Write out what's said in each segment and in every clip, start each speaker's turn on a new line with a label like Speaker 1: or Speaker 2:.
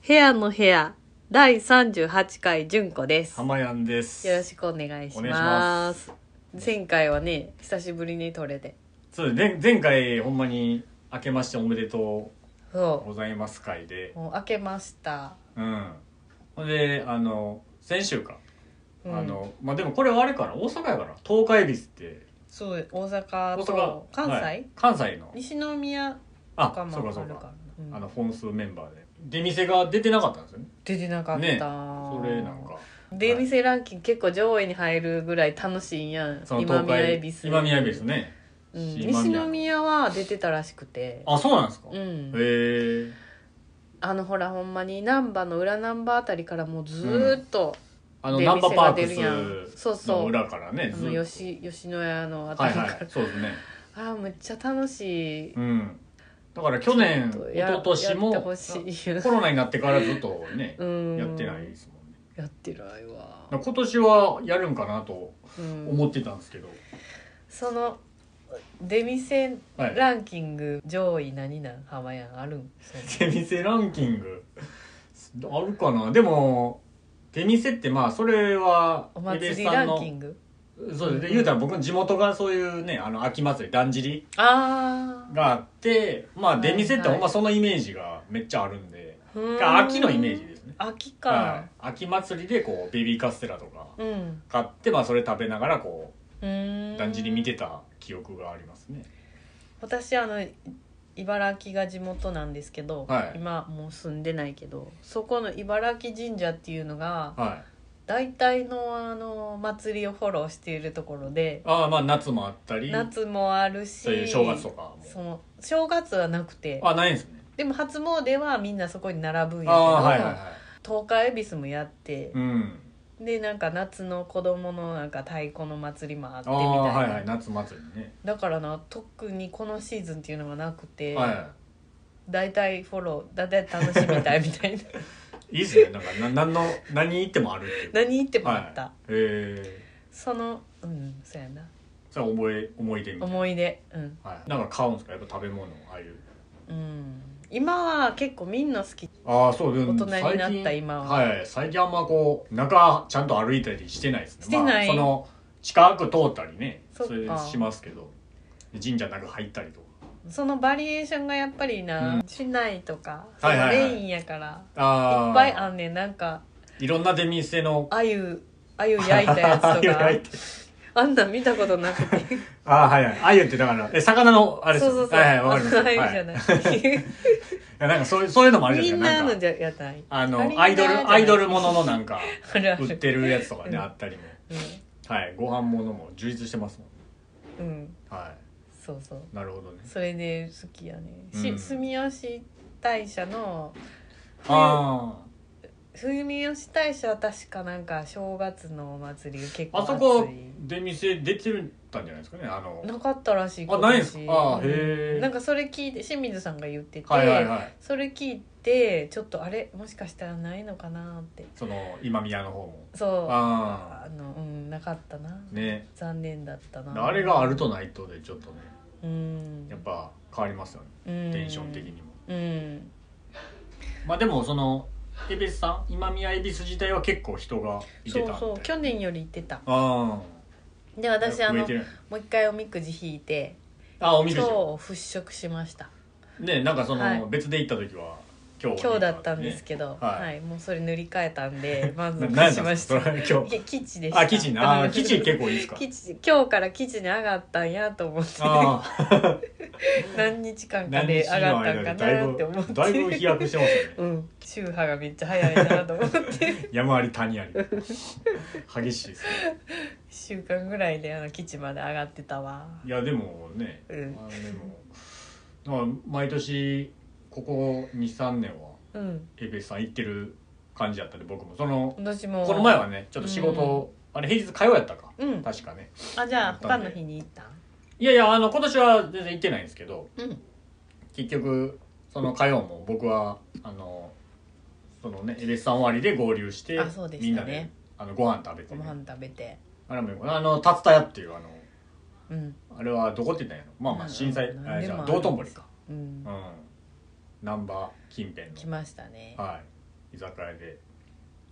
Speaker 1: ヘアのヘア第38回純子です。よ
Speaker 2: 浜やんです。
Speaker 1: ろしくお願いし
Speaker 2: お願いし
Speaker 1: ま
Speaker 2: ますす。
Speaker 1: 前回はね、久しぶりに撮れて。
Speaker 2: そうで前回ほんまに明けましておめでとう
Speaker 1: そ
Speaker 2: ございます会で
Speaker 1: う。、もう開けました。
Speaker 2: うん。ほんであの先週か、
Speaker 1: うん
Speaker 2: あのまあでもこれはあれかな大阪やから東海恵比寿って
Speaker 1: そう、大
Speaker 2: 大
Speaker 1: 阪
Speaker 2: 阪
Speaker 1: と関西、
Speaker 2: はい関西の
Speaker 1: 西宮とか
Speaker 2: あ
Speaker 1: も
Speaker 2: そうか
Speaker 1: あ
Speaker 2: そう
Speaker 1: る
Speaker 2: か
Speaker 1: か。ら。
Speaker 2: あ
Speaker 1: うん
Speaker 2: のフォンスメンバーで出店が出てなかったんですよね。
Speaker 1: 出てなかった。
Speaker 2: ねそれなんか
Speaker 1: 出店ランキング結構上位に入るぐらい楽しいんやん。
Speaker 2: その
Speaker 1: 今
Speaker 2: 東
Speaker 1: 宮恵
Speaker 2: 海
Speaker 1: 比寿。
Speaker 2: 今宮恵比寿ね。
Speaker 1: うん
Speaker 2: 島宮
Speaker 1: 西宮は出てたらしくて。
Speaker 2: あそうなんですか。
Speaker 1: う
Speaker 2: へ
Speaker 1: ん。
Speaker 2: え。
Speaker 1: あのほらほんまに難波の裏難波あたりからもうずーっと、
Speaker 2: あの
Speaker 1: で
Speaker 2: ナンバーパー
Speaker 1: 店が出るやん
Speaker 2: ク
Speaker 1: そう
Speaker 2: ス
Speaker 1: そう
Speaker 2: の裏からね。
Speaker 1: あ
Speaker 2: ずっと
Speaker 1: の吉吉野家のあた
Speaker 2: は
Speaker 1: り
Speaker 2: い
Speaker 1: から、
Speaker 2: はい。そうですね。
Speaker 1: ああーむっちゃ楽しい、
Speaker 2: うん、だから去年
Speaker 1: ちょっと
Speaker 2: 一
Speaker 1: や
Speaker 2: 昨年も
Speaker 1: やってほしい
Speaker 2: コロナになってからずっとね
Speaker 1: うん
Speaker 2: やってないですもんね
Speaker 1: やってない
Speaker 2: だ
Speaker 1: わ
Speaker 2: から今年はやるんかなと
Speaker 1: うん
Speaker 2: 思ってたんですけど、
Speaker 1: その出店
Speaker 2: はい
Speaker 1: ランキング上位何なん浜やんあるんその
Speaker 2: 出店ランキングあるかなでも出店ってまあそれは
Speaker 1: お
Speaker 2: ベ
Speaker 1: 祭り
Speaker 2: ス
Speaker 1: ラ
Speaker 2: さん
Speaker 1: ン
Speaker 2: の
Speaker 1: キング
Speaker 2: そうですね言うたら僕の地元がそういうねあの秋祭りだんじり
Speaker 1: ああ
Speaker 2: があってまあ出店っ
Speaker 1: はい
Speaker 2: て
Speaker 1: はい
Speaker 2: ほんまそのイメージがめっちゃあるんで、
Speaker 1: うーん
Speaker 2: 秋のイメージですね
Speaker 1: 秋か、
Speaker 2: はい、秋祭りでこうベビーカステラとか
Speaker 1: うん
Speaker 2: 買って、まあ、それ食べながらこ
Speaker 1: うー
Speaker 2: うんだんじり見てた記憶がありますね
Speaker 1: 私あのい茨城が地元なんですけど、
Speaker 2: はい
Speaker 1: 今もう住んでないけどそこの茨城神社っていうのが
Speaker 2: はい
Speaker 1: 大体のあの祭りをフォローしているところで
Speaker 2: ああまあ夏もあったり
Speaker 1: 夏もあるし
Speaker 2: そういう正月とかも
Speaker 1: その正月はなくて
Speaker 2: あないんですね
Speaker 1: でも初詣はみんなそこに並ぶんやけ
Speaker 2: あ
Speaker 1: ど、
Speaker 2: あはいはいはい
Speaker 1: 東海恵比寿もやって
Speaker 2: う、ん
Speaker 1: でなんか夏の子供のなんか太鼓の祭りもあって
Speaker 2: あ
Speaker 1: みたい
Speaker 2: あ
Speaker 1: な、
Speaker 2: はいはい夏祭りね
Speaker 1: だからな特にこのシーズンっていうのがなくて、
Speaker 2: は
Speaker 1: 大体フォロー大体楽しみたいみたい な
Speaker 2: いいいっすねなんかな何の何言ってもあるっていう
Speaker 1: 何言っても
Speaker 2: は
Speaker 1: あ
Speaker 2: い
Speaker 1: った、
Speaker 2: へえ
Speaker 1: そのうんそうやな
Speaker 2: それは思い思い出みたいな、
Speaker 1: 思い出うん、
Speaker 2: はい、なんか買うんですかやっぱ食べ物ああいう
Speaker 1: うん、今は結構みんな好き
Speaker 2: ああそうでも
Speaker 1: 大人になった
Speaker 2: 最近
Speaker 1: 今は
Speaker 2: はい最近あんまこう中ちゃんと歩いたりしてないですね
Speaker 1: してない
Speaker 2: まあ、その近く通ったりね
Speaker 1: そっか
Speaker 2: れしますけど神社の中入ったりとか
Speaker 1: そのバリエーションがやっぱりな、
Speaker 2: うん
Speaker 1: 市内とか、
Speaker 2: はいはいはい
Speaker 1: そのメインやから
Speaker 2: あ
Speaker 1: いっぱいあんねんなんか
Speaker 2: いろんな出店の
Speaker 1: あゆあゆ焼いたやつ
Speaker 2: あゆ
Speaker 1: とか
Speaker 2: 焼いて
Speaker 1: あんなん見たことなくて
Speaker 2: あーはいはいあゆってだからえ魚のあれです
Speaker 1: そう
Speaker 2: よ
Speaker 1: そうそう、
Speaker 2: はいはいわかります
Speaker 1: あんなあゆ
Speaker 2: はい
Speaker 1: じゃない、
Speaker 2: いやなんかそういうそういうのもある
Speaker 1: み
Speaker 2: じゃ
Speaker 1: ん
Speaker 2: ないです
Speaker 1: な
Speaker 2: かな
Speaker 1: の
Speaker 2: ん
Speaker 1: じゃやない
Speaker 2: かあ
Speaker 1: みんなじゃ
Speaker 2: の
Speaker 1: な
Speaker 2: ア
Speaker 1: い
Speaker 2: イドルアイドルもののなんか
Speaker 1: あるあ
Speaker 2: 売っ
Speaker 1: る
Speaker 2: てるやつとかね、
Speaker 1: うん
Speaker 2: あったりもはいご飯ものも充実してますもん
Speaker 1: うん
Speaker 2: は
Speaker 1: そうそう
Speaker 2: いなるほどね
Speaker 1: それで好きやね、
Speaker 2: うん
Speaker 1: し住吉大社の
Speaker 2: ああ
Speaker 1: 住吉大社は確かなんか正月のお祭りが結構
Speaker 2: あ
Speaker 1: 熱い
Speaker 2: そこ出店出てたんじゃないですかねあの
Speaker 1: なかったらしい
Speaker 2: あないんすかあーへー
Speaker 1: うんなんかそれ聞いて清水さんが言ってて、
Speaker 2: はいはいはい
Speaker 1: それ聞いてちょっとあれもしかしたらないのかなって
Speaker 2: その今宮の方も
Speaker 1: そう
Speaker 2: あ
Speaker 1: あのうんなかったな
Speaker 2: あね
Speaker 1: 残念だったな
Speaker 2: あれがあるとないとでちょっとね
Speaker 1: うん
Speaker 2: やっぱ変わりますよねテ
Speaker 1: テ
Speaker 2: ンション的にも
Speaker 1: うん
Speaker 2: まあでもその恵比寿さん今宮恵比寿自体は結構人がいて
Speaker 1: そ
Speaker 2: た
Speaker 1: うそう去年より行ってた
Speaker 2: あ
Speaker 1: で
Speaker 2: あ
Speaker 1: 私あのもう
Speaker 2: る
Speaker 1: 一回おみくじ引いて
Speaker 2: あおみく
Speaker 1: 今
Speaker 2: じ
Speaker 1: 日
Speaker 2: を
Speaker 1: 払拭しました
Speaker 2: ねなんかその、
Speaker 1: はい
Speaker 2: 別で行った時は今日
Speaker 1: 今日だったんです
Speaker 2: け
Speaker 1: けど、は、
Speaker 2: はいい
Speaker 1: もうそれ塗り替えたん で満足
Speaker 2: 何
Speaker 1: し
Speaker 2: だ
Speaker 1: ま
Speaker 2: ま
Speaker 1: し
Speaker 2: したた
Speaker 1: い
Speaker 2: それ今日
Speaker 1: や基地でした
Speaker 2: あ基地なあー基地
Speaker 1: 基
Speaker 2: 結構いいですか
Speaker 1: 地今日から基地に上がったんやと思 って
Speaker 2: ああ
Speaker 1: 何日間か
Speaker 2: 何
Speaker 1: で
Speaker 2: 日
Speaker 1: 上が
Speaker 2: の
Speaker 1: った
Speaker 2: 間
Speaker 1: んかな
Speaker 2: でだい
Speaker 1: って思って
Speaker 2: ぶだいぶ飛躍してますよね
Speaker 1: うん宗派がめっちゃ早いなと思って
Speaker 2: 山あり谷あり激しいですね
Speaker 1: 一週間ぐらいであの基地まで上がってたわ
Speaker 2: いやでもね、
Speaker 1: うん
Speaker 2: あでもだから毎年ここ23年は
Speaker 1: うん
Speaker 2: エベさん行ってる感じやったんで僕もその
Speaker 1: 私も
Speaker 2: この前はねちょっと仕事、あれ平日火曜やったか
Speaker 1: うん
Speaker 2: 確かね
Speaker 1: あじゃあ
Speaker 2: 行った
Speaker 1: 他
Speaker 2: んで
Speaker 1: の日に行った
Speaker 2: いやいやあの今年は全然行ってないんですけど
Speaker 1: うん
Speaker 2: 結局その火曜も僕はあのそのねエベさん終わりで合流して、
Speaker 1: あそうでしたね
Speaker 2: みんなであのご飯食べて、
Speaker 1: ご
Speaker 2: ね、
Speaker 1: 飯食べて
Speaker 2: あれもよあの竜田屋っていうあの
Speaker 1: うん
Speaker 2: あれはどこって言ったんやろまあま
Speaker 1: う
Speaker 2: あ
Speaker 1: ん
Speaker 2: 震災、
Speaker 1: うん
Speaker 2: あれじゃ
Speaker 1: でも
Speaker 2: あ
Speaker 1: ある
Speaker 2: 道頓堀か
Speaker 1: うん
Speaker 2: うん難波近辺
Speaker 1: 来
Speaker 2: の
Speaker 1: ましたね
Speaker 2: は居酒屋で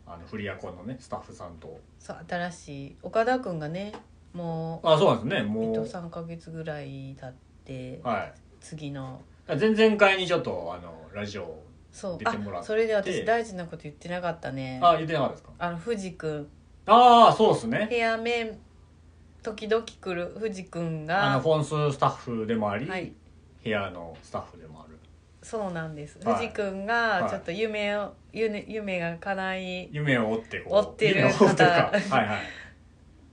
Speaker 2: あのフリアコンのねスタッフさんと
Speaker 1: そう新しい岡田君がねも
Speaker 2: あそうなんですね
Speaker 1: う、え
Speaker 2: も
Speaker 1: っと、
Speaker 2: う
Speaker 1: 3か月ぐらい経って
Speaker 2: は
Speaker 1: 次の
Speaker 2: い前々回にちょっとあのラジオ
Speaker 1: そう
Speaker 2: 出てもらっ
Speaker 1: あ
Speaker 2: て
Speaker 1: それで私大事なこと言ってなかったね
Speaker 2: あ言ってなかったですか
Speaker 1: あの藤君
Speaker 2: ああそうですね
Speaker 1: ヘアメン時々来る藤君
Speaker 2: あの
Speaker 1: が
Speaker 2: フォンススタッフでもあり、
Speaker 1: はい
Speaker 2: 部屋のスタッフでもある
Speaker 1: そうなんです、
Speaker 2: はい
Speaker 1: 藤君
Speaker 2: は
Speaker 1: が
Speaker 2: い
Speaker 1: ちょっと夢を、夢夢が叶い
Speaker 2: 夢を追ってこう
Speaker 1: 追ってる
Speaker 2: 夢を追うというか
Speaker 1: 方
Speaker 2: は いはい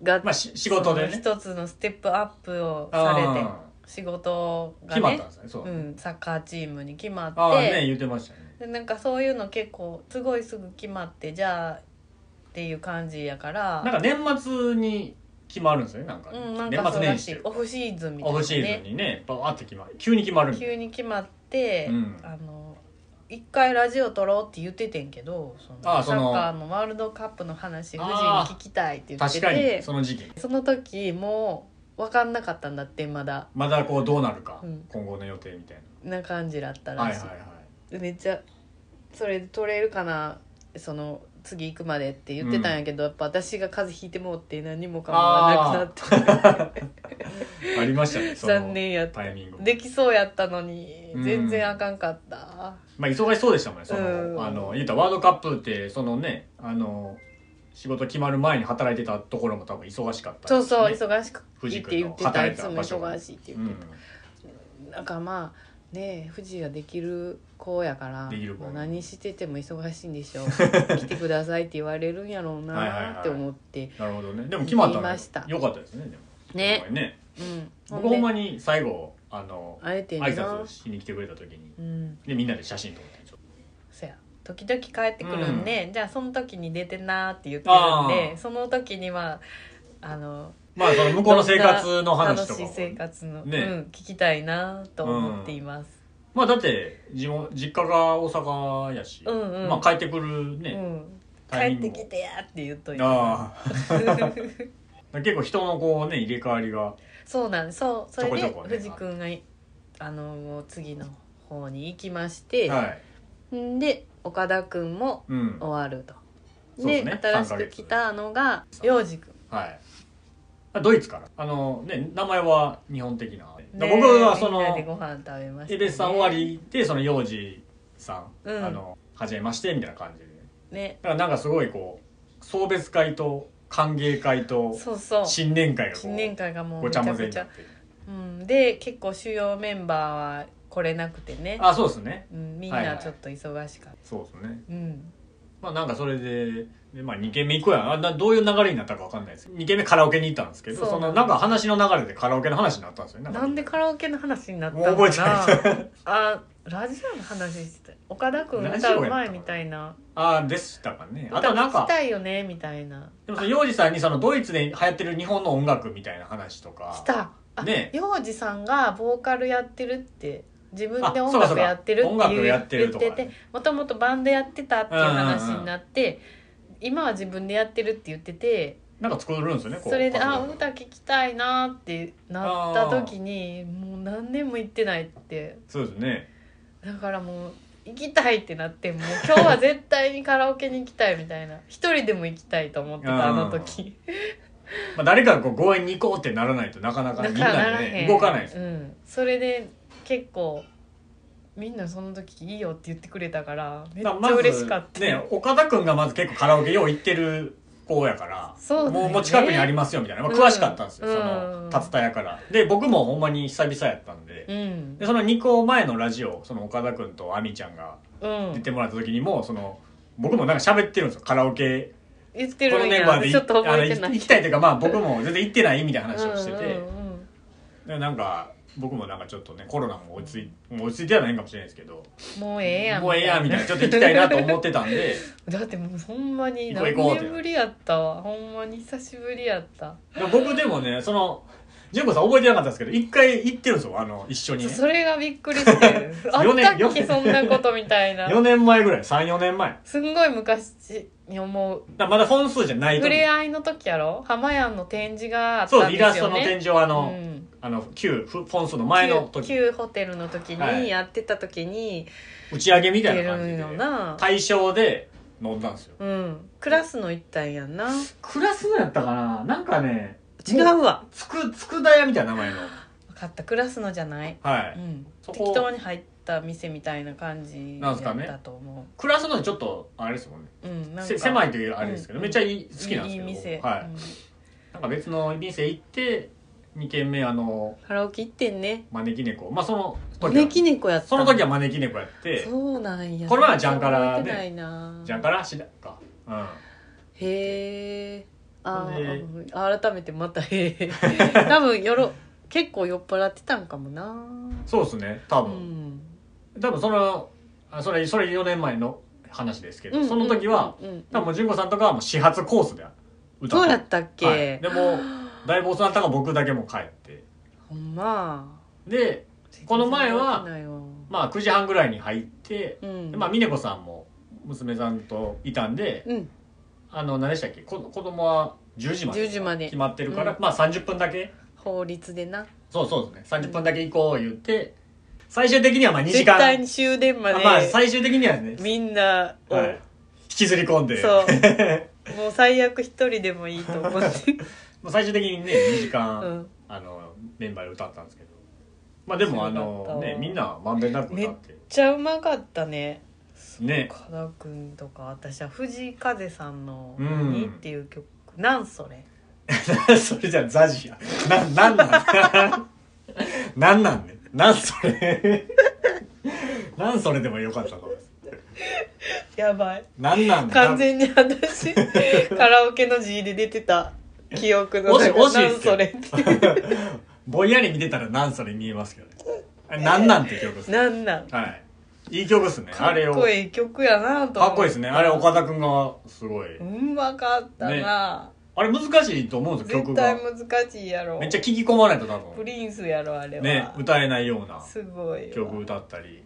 Speaker 1: が、
Speaker 2: まあし仕事でね
Speaker 1: その一つのステップアップをさ
Speaker 2: あ
Speaker 1: れて
Speaker 2: ー
Speaker 1: 仕事が
Speaker 2: 決まっ
Speaker 1: ね
Speaker 2: たんですねそう、
Speaker 1: うん、サッカーチームに決ま
Speaker 2: あ
Speaker 1: っ
Speaker 2: あ
Speaker 1: て、
Speaker 2: ね言ってましたよね
Speaker 1: でなんかそういうの結構すごいすぐ決まってじゃあっていう感じやから
Speaker 2: なんか年末に決まるんですよねなんか,、
Speaker 1: うん、なんかそ
Speaker 2: 年末
Speaker 1: うら
Speaker 2: 年
Speaker 1: し
Speaker 2: 始
Speaker 1: いオフシーズンみたい
Speaker 2: オ
Speaker 1: な、ね、
Speaker 2: フシーズンにねバーって決まる急に決まるみたい
Speaker 1: 急に決まって、
Speaker 2: うん
Speaker 1: あの一回ラジオ撮ろうって言っててんけどその
Speaker 2: あその
Speaker 1: サッカーのワールドカップの話
Speaker 2: あ
Speaker 1: 藤
Speaker 2: ー
Speaker 1: 井に聞きたいって言っ
Speaker 2: 確
Speaker 1: て
Speaker 2: かに
Speaker 1: て
Speaker 2: その時期
Speaker 1: その時もう分かんなかったんだってまだ
Speaker 2: まだこうどうなるか、
Speaker 1: うん
Speaker 2: 今後の予定みたい
Speaker 1: な感じだった
Speaker 2: なは
Speaker 1: ら
Speaker 2: い
Speaker 1: し
Speaker 2: はい
Speaker 1: い、
Speaker 2: はい
Speaker 1: でめっちゃそれで撮れるかなその次行くまでって言ってたんやけど、やっぱ私が風邪ひいてもうって何もかもがなくなって
Speaker 2: ありましたねその
Speaker 1: 残念やった
Speaker 2: タイミング
Speaker 1: できそうやったのに
Speaker 2: うん
Speaker 1: 全然あかんかった、
Speaker 2: まあ忙しそうでしたもんねその、
Speaker 1: うん
Speaker 2: あの言うたらワールドカップってそのねあの仕事決まる前に働いてたところも多分忙しかった
Speaker 1: そうそう
Speaker 2: ですね
Speaker 1: 忙しくいいって言ってた
Speaker 2: 藤
Speaker 1: いつも
Speaker 2: 井君の働いてた場所
Speaker 1: 忙しいって
Speaker 2: う
Speaker 1: 言って
Speaker 2: ん
Speaker 1: た、なんかまあねえ藤井ができる子やから
Speaker 2: できる子
Speaker 1: まあ何してても忙しいんで しょう来てくださいって言われるんやろう
Speaker 2: はいはいは
Speaker 1: ないって思って、
Speaker 2: なるほどねでも決まった
Speaker 1: 言いました
Speaker 2: のよかったですねでも
Speaker 1: ね
Speaker 2: ほ
Speaker 1: うん
Speaker 2: んまにね僕ほんまに最後あの
Speaker 1: あえてんな
Speaker 2: 挨拶しに来てくれた時に
Speaker 1: うん
Speaker 2: でみんなで写真撮ってちょっ
Speaker 1: そや時々帰ってくるんで、じゃあその時に出てなーって言ってるん
Speaker 2: あー
Speaker 1: でその時にはあの
Speaker 2: とまあその向こうの生活の話と
Speaker 1: どんな楽
Speaker 2: か
Speaker 1: し
Speaker 2: も
Speaker 1: い生活の、
Speaker 2: ね
Speaker 1: うん、聞きたいなと思っています、
Speaker 2: まあだって地元実家が大阪やし、
Speaker 1: うんうん
Speaker 2: まあ帰ってくる
Speaker 1: う
Speaker 2: ね、
Speaker 1: ん、
Speaker 2: タイミ
Speaker 1: 帰
Speaker 2: ン
Speaker 1: っ
Speaker 2: グ
Speaker 1: て
Speaker 2: も
Speaker 1: きてやって言っといて
Speaker 2: あ あ結構人のこうね入れ替わりが
Speaker 1: そうなんですそうそれ
Speaker 2: ちょ
Speaker 1: で
Speaker 2: こちょこね
Speaker 1: 藤君がいあのもう次の方に行きまして、
Speaker 2: はい
Speaker 1: んで岡田君も
Speaker 2: うん
Speaker 1: 終わると、
Speaker 2: そうで
Speaker 1: です
Speaker 2: ね
Speaker 1: 新し
Speaker 2: 3ヶ
Speaker 1: く来
Speaker 2: 月
Speaker 1: たのが陽次君
Speaker 2: はいあドイツからあのね名前は日本的な、
Speaker 1: ね
Speaker 2: 僕はそ
Speaker 1: みんなでご
Speaker 2: の
Speaker 1: 飯食べました、
Speaker 2: エベスさん終わりでその幼児さん、
Speaker 1: うん
Speaker 2: あの初めましてみたいな感じで
Speaker 1: ね
Speaker 2: だからなんかすごいこう送別会と歓迎会と
Speaker 1: そうそう
Speaker 2: 新年会がこう
Speaker 1: 新年会がもう
Speaker 2: ご
Speaker 1: め
Speaker 2: ち
Speaker 1: ち
Speaker 2: ゃ
Speaker 1: ゃ
Speaker 2: 混
Speaker 1: く
Speaker 2: ぜ
Speaker 1: ち
Speaker 2: に
Speaker 1: ゃ
Speaker 2: なってる
Speaker 1: うん、で結構主要メンバーは来れなくてね、
Speaker 2: あそうですね
Speaker 1: うん、みん
Speaker 2: はいは
Speaker 1: ないちょっと忙しかった、
Speaker 2: そうですね
Speaker 1: うん
Speaker 2: まあなんかそれでで、まあ、2軒目行くやんあなどういう流れになったかわかんないです2軒目カラオケに行ったんですけど
Speaker 1: そう
Speaker 2: そのなんか話の流れでカラオケの話になったんですよね
Speaker 1: なんでカラオケの話になった
Speaker 2: も
Speaker 1: の
Speaker 2: う覚え
Speaker 1: かなあラジオの話してた岡田君
Speaker 2: ラジ
Speaker 1: 歌
Speaker 2: オやった
Speaker 1: う
Speaker 2: かな
Speaker 1: 前みたいな
Speaker 2: ああでしたかねあ
Speaker 1: 歌
Speaker 2: とな
Speaker 1: 聞
Speaker 2: ん
Speaker 1: き
Speaker 2: か
Speaker 1: たいよねみたいな
Speaker 2: でもその幼児さんにそのドイツで流行ってる日本の音楽みたいな話とか
Speaker 1: したあ
Speaker 2: ね
Speaker 1: 洋次さんがボーカルやってるって自分で
Speaker 2: あ
Speaker 1: 音
Speaker 2: そうかそ
Speaker 1: 楽
Speaker 2: うか
Speaker 1: やってるって
Speaker 2: 音楽
Speaker 1: いう
Speaker 2: やってる
Speaker 1: 言
Speaker 2: と
Speaker 1: っ
Speaker 2: か
Speaker 1: ててもともとバンドやってたっていう話になって、今は自分でやってるって言ってて
Speaker 2: なんか作るんですよねこう
Speaker 1: それで「
Speaker 2: パ
Speaker 1: あ
Speaker 2: ソコン
Speaker 1: 歌聴きたいな」ってなった時にもう何年も行ってないって
Speaker 2: そうですね
Speaker 1: だからもう行きたいってなってもう今日は絶対にカラオケに行きたいみたいな一人でも行きたいと思ってたあの時
Speaker 2: まあ、誰かがこう公園に行こうってならないとなかなか みんなでね動かないです、
Speaker 1: うん、それで結構みんなその時いいよって言ってくれたからめっち
Speaker 2: だらま
Speaker 1: ゃ
Speaker 2: ず
Speaker 1: 嬉しかった、
Speaker 2: ね岡田君がまず結構カラオケよう行ってる子やから
Speaker 1: そうだよね
Speaker 2: もうもう近くにありますよみたいな、まあ、
Speaker 1: うん
Speaker 2: 詳しかったんですよ、
Speaker 1: うん
Speaker 2: その竜田屋からで僕もほんまに久々やったんで,、
Speaker 1: うん
Speaker 2: でその2個前のラジオその岡田君と亜美ちゃんが
Speaker 1: うん
Speaker 2: 出てもらった時にもその僕もなんか喋ってるんですよカラオケ
Speaker 1: 言っ
Speaker 2: こ
Speaker 1: て
Speaker 2: の
Speaker 1: るん
Speaker 2: メンバ
Speaker 1: や
Speaker 2: ーで
Speaker 1: ちょっと覚えて
Speaker 2: あ
Speaker 1: な
Speaker 2: の
Speaker 1: い
Speaker 2: 行きたいというかまあ僕も全然行ってないみたいな話をしてて、
Speaker 1: うんうんうん
Speaker 2: でなんか僕もなんかちょっとねコロナも落ち着いもう落ち着いてはないんかもしれないですけど
Speaker 1: もうええやん
Speaker 2: もうええやんみたいなちょっと行きたいなと思ってたん で
Speaker 1: だってもうほんまに
Speaker 2: 行こう
Speaker 1: 何
Speaker 2: 行こうって
Speaker 1: 年ぶりやったわほんまに久しぶりやった
Speaker 2: でも僕でもねその純子さん覚えてなかったんですけど一回行ってるんですよあの一緒に、
Speaker 1: そ
Speaker 2: ね、
Speaker 1: それがびっくりしてあ
Speaker 2: 四年
Speaker 1: ったっけ
Speaker 2: 四年
Speaker 1: そんなことみたいな
Speaker 2: 4年前ぐらい34年前だか
Speaker 1: すんごい昔に思う
Speaker 2: らまだ本数じゃない
Speaker 1: 触
Speaker 2: 時
Speaker 1: れ合いの時やろ浜やんの展示があっ
Speaker 2: そう
Speaker 1: た
Speaker 2: で
Speaker 1: んで
Speaker 2: すイラ
Speaker 1: す
Speaker 2: スト
Speaker 1: よ
Speaker 2: の
Speaker 1: ね
Speaker 2: 天井あの,、
Speaker 1: うん
Speaker 2: あの旧フ本数の前の
Speaker 1: 旧
Speaker 2: 時
Speaker 1: 旧ホテルの時
Speaker 2: はい
Speaker 1: にやってた時に
Speaker 2: 打ち上げみ
Speaker 1: 出
Speaker 2: たいな感
Speaker 1: る
Speaker 2: じ
Speaker 1: ん
Speaker 2: で
Speaker 1: よな、
Speaker 2: 対象で飲んだんですよ
Speaker 1: うんクラスの一体やんな
Speaker 2: クラスのやったかななんかね
Speaker 1: 違うわ
Speaker 2: つくつくだ屋みたいな名前の
Speaker 1: 分かったクラスのじゃない、
Speaker 2: は
Speaker 1: う
Speaker 2: い
Speaker 1: ん、
Speaker 2: そこ
Speaker 1: 適当に入った店みたいな感じ
Speaker 2: な
Speaker 1: だ
Speaker 2: んすかね
Speaker 1: ったと思
Speaker 2: クラスのちょっとあれですもんね
Speaker 1: う、うん、なん
Speaker 2: せ
Speaker 1: か
Speaker 2: 狭いというあれですけ
Speaker 1: う
Speaker 2: ど、
Speaker 1: ん
Speaker 2: めっちゃいい好きなんですけど
Speaker 1: いい店、
Speaker 2: は
Speaker 1: うん
Speaker 2: い、なんか別の店行って2軒目あの
Speaker 1: カラオケ行ってんね
Speaker 2: 招き猫まあその時は
Speaker 1: 招き猫やった
Speaker 2: その時は招き猫やって
Speaker 1: そうなんや
Speaker 2: これはジャンカラで
Speaker 1: 覚えてないな
Speaker 2: じゃんからしだかうん
Speaker 1: へえあ
Speaker 2: で
Speaker 1: ー改めてまたへ え多分よろ結構酔っ払ってたんかもな
Speaker 2: そうですね多
Speaker 1: う
Speaker 2: 分、
Speaker 1: ん
Speaker 2: 多分そのあそれそれ4年前の話ですけど、
Speaker 1: うん
Speaker 2: その時は、
Speaker 1: うんうん
Speaker 2: 多分もう純子さんとかはもう始発コースで歌
Speaker 1: そうや
Speaker 2: っ
Speaker 1: ったっけ、
Speaker 2: てはい、でもだいぶ遅なったから僕だけもう帰って
Speaker 1: ほんま
Speaker 2: でこの前は
Speaker 1: 全然覚えてないわ
Speaker 2: まあ9時半ぐらいに入って、
Speaker 1: うん
Speaker 2: でまあ峰子さんも娘さんといたんで
Speaker 1: うん
Speaker 2: あの何でしたっけこ子供は10時まで
Speaker 1: 10時まで
Speaker 2: 決まってるから、
Speaker 1: う
Speaker 2: まあ30分だけ
Speaker 1: 法律でな
Speaker 2: そうそうですね30分だけ行こう言って最終的にはまあ2時
Speaker 1: 絶
Speaker 2: 間
Speaker 1: 対に終電まで、
Speaker 2: まあ最終的にはね、
Speaker 1: みんなを、
Speaker 2: はい、引きずり込んで
Speaker 1: そう もう最悪一人でもいいと思って、
Speaker 2: まあ最終的にね2時間、
Speaker 1: うん、
Speaker 2: あのメンバーで歌ったんですけどまあでもあ
Speaker 1: そうだった
Speaker 2: の
Speaker 1: わ
Speaker 2: ねみんなまんべんなく歌って
Speaker 1: めっちゃうまかったね
Speaker 2: ね
Speaker 1: 岡田君とか私は藤井風さんの「
Speaker 2: うん
Speaker 1: に」っていう曲、なんそれ
Speaker 2: それじゃザジやななん なんなんなんねなんそれ なんそれでもよかったかも
Speaker 1: やばい
Speaker 2: なんなん
Speaker 1: 完全に 私カラオケの G で出てた記憶の中
Speaker 2: 惜しい惜しい
Speaker 1: なんそれって
Speaker 2: ぼんやり見てたらなんそれ見えますけどねあなんなんって曲ですね
Speaker 1: なんなんか
Speaker 2: はいいい曲ですねあれ
Speaker 1: っ
Speaker 2: を
Speaker 1: こいい曲やなと思
Speaker 2: かっこいいですねあれ岡田君がすごいう
Speaker 1: まかったな、
Speaker 2: あれ難しいと思うんですよ
Speaker 1: 絶
Speaker 2: 曲が
Speaker 1: 対難しいやろ
Speaker 2: めっちゃ聞き込まないと多
Speaker 1: プ
Speaker 2: 分
Speaker 1: リンスやろあれは、
Speaker 2: ね歌えないような
Speaker 1: すごいわ
Speaker 2: 曲歌ったり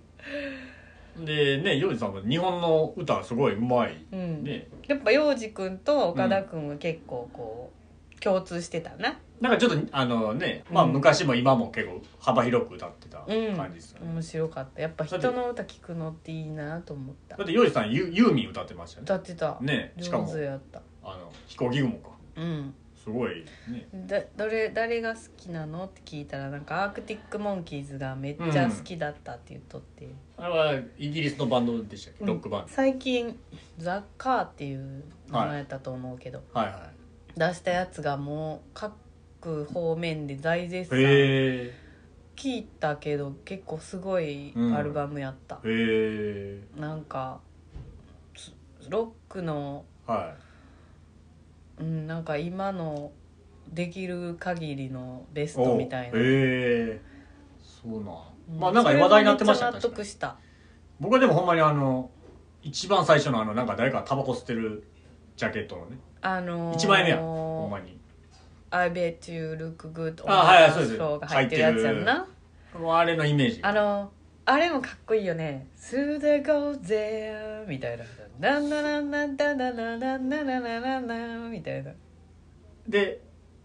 Speaker 2: でねヨウジさんも日本の歌すごいうまい
Speaker 1: うん
Speaker 2: ね
Speaker 1: やっぱ陽く君と岡田君は結構こう、共通してたな
Speaker 2: なんかちょっとあのねまあ
Speaker 1: うん
Speaker 2: 昔も今も結構幅広く歌ってた
Speaker 1: うん
Speaker 2: 感じですよね、
Speaker 1: 面白かったやっぱ人の歌聞くのっていいなと思った
Speaker 2: だってヨウジさんユユーミン歌ってましたよね
Speaker 1: 歌ってた、
Speaker 2: ねしか
Speaker 1: 上
Speaker 2: も
Speaker 1: 手やった
Speaker 2: あの飛行機雲か
Speaker 1: うん
Speaker 2: すごいね
Speaker 1: だどれ誰が好きなのって聞いたらなんかアークティック・モンキーズがめっちゃ好きだったって言っとって、
Speaker 2: あれはイギリスのバンドでしたっけ、
Speaker 1: うん
Speaker 2: ロックバン
Speaker 1: 最近ザ・カーっていう名前だと思うけど、
Speaker 2: ドはいは
Speaker 1: 出したやつがもう各方面で大絶
Speaker 2: い
Speaker 1: 賛
Speaker 2: へえ
Speaker 1: 聞いたけど結構すごい
Speaker 2: うん
Speaker 1: アルバムやった、
Speaker 2: へえ
Speaker 1: なんかつロックの、
Speaker 2: は
Speaker 1: うん、なんか今のできる限りのベス
Speaker 2: いお
Speaker 1: ト
Speaker 2: う
Speaker 1: みたいな、
Speaker 2: へえそうな
Speaker 1: う
Speaker 2: ん、
Speaker 1: ん
Speaker 2: まあなんか話題になってました
Speaker 1: それはめ
Speaker 2: よ
Speaker 1: っちゃ納
Speaker 2: 確か
Speaker 1: 得
Speaker 2: に
Speaker 1: した
Speaker 2: 僕はでもほんまにあの一番最初のあのなんか誰かタバコ吸ってるジャケットのね
Speaker 1: あのー、
Speaker 2: 一枚目やんほんまに
Speaker 1: I bet you look good
Speaker 2: あはいはいそうです
Speaker 1: show が入ってるやつやんな
Speaker 2: もうあれのイメージ
Speaker 1: あのあれもかっこいいよね「すでごぜー」みたいな「なんならんなんだなななななななな」みたいな
Speaker 2: で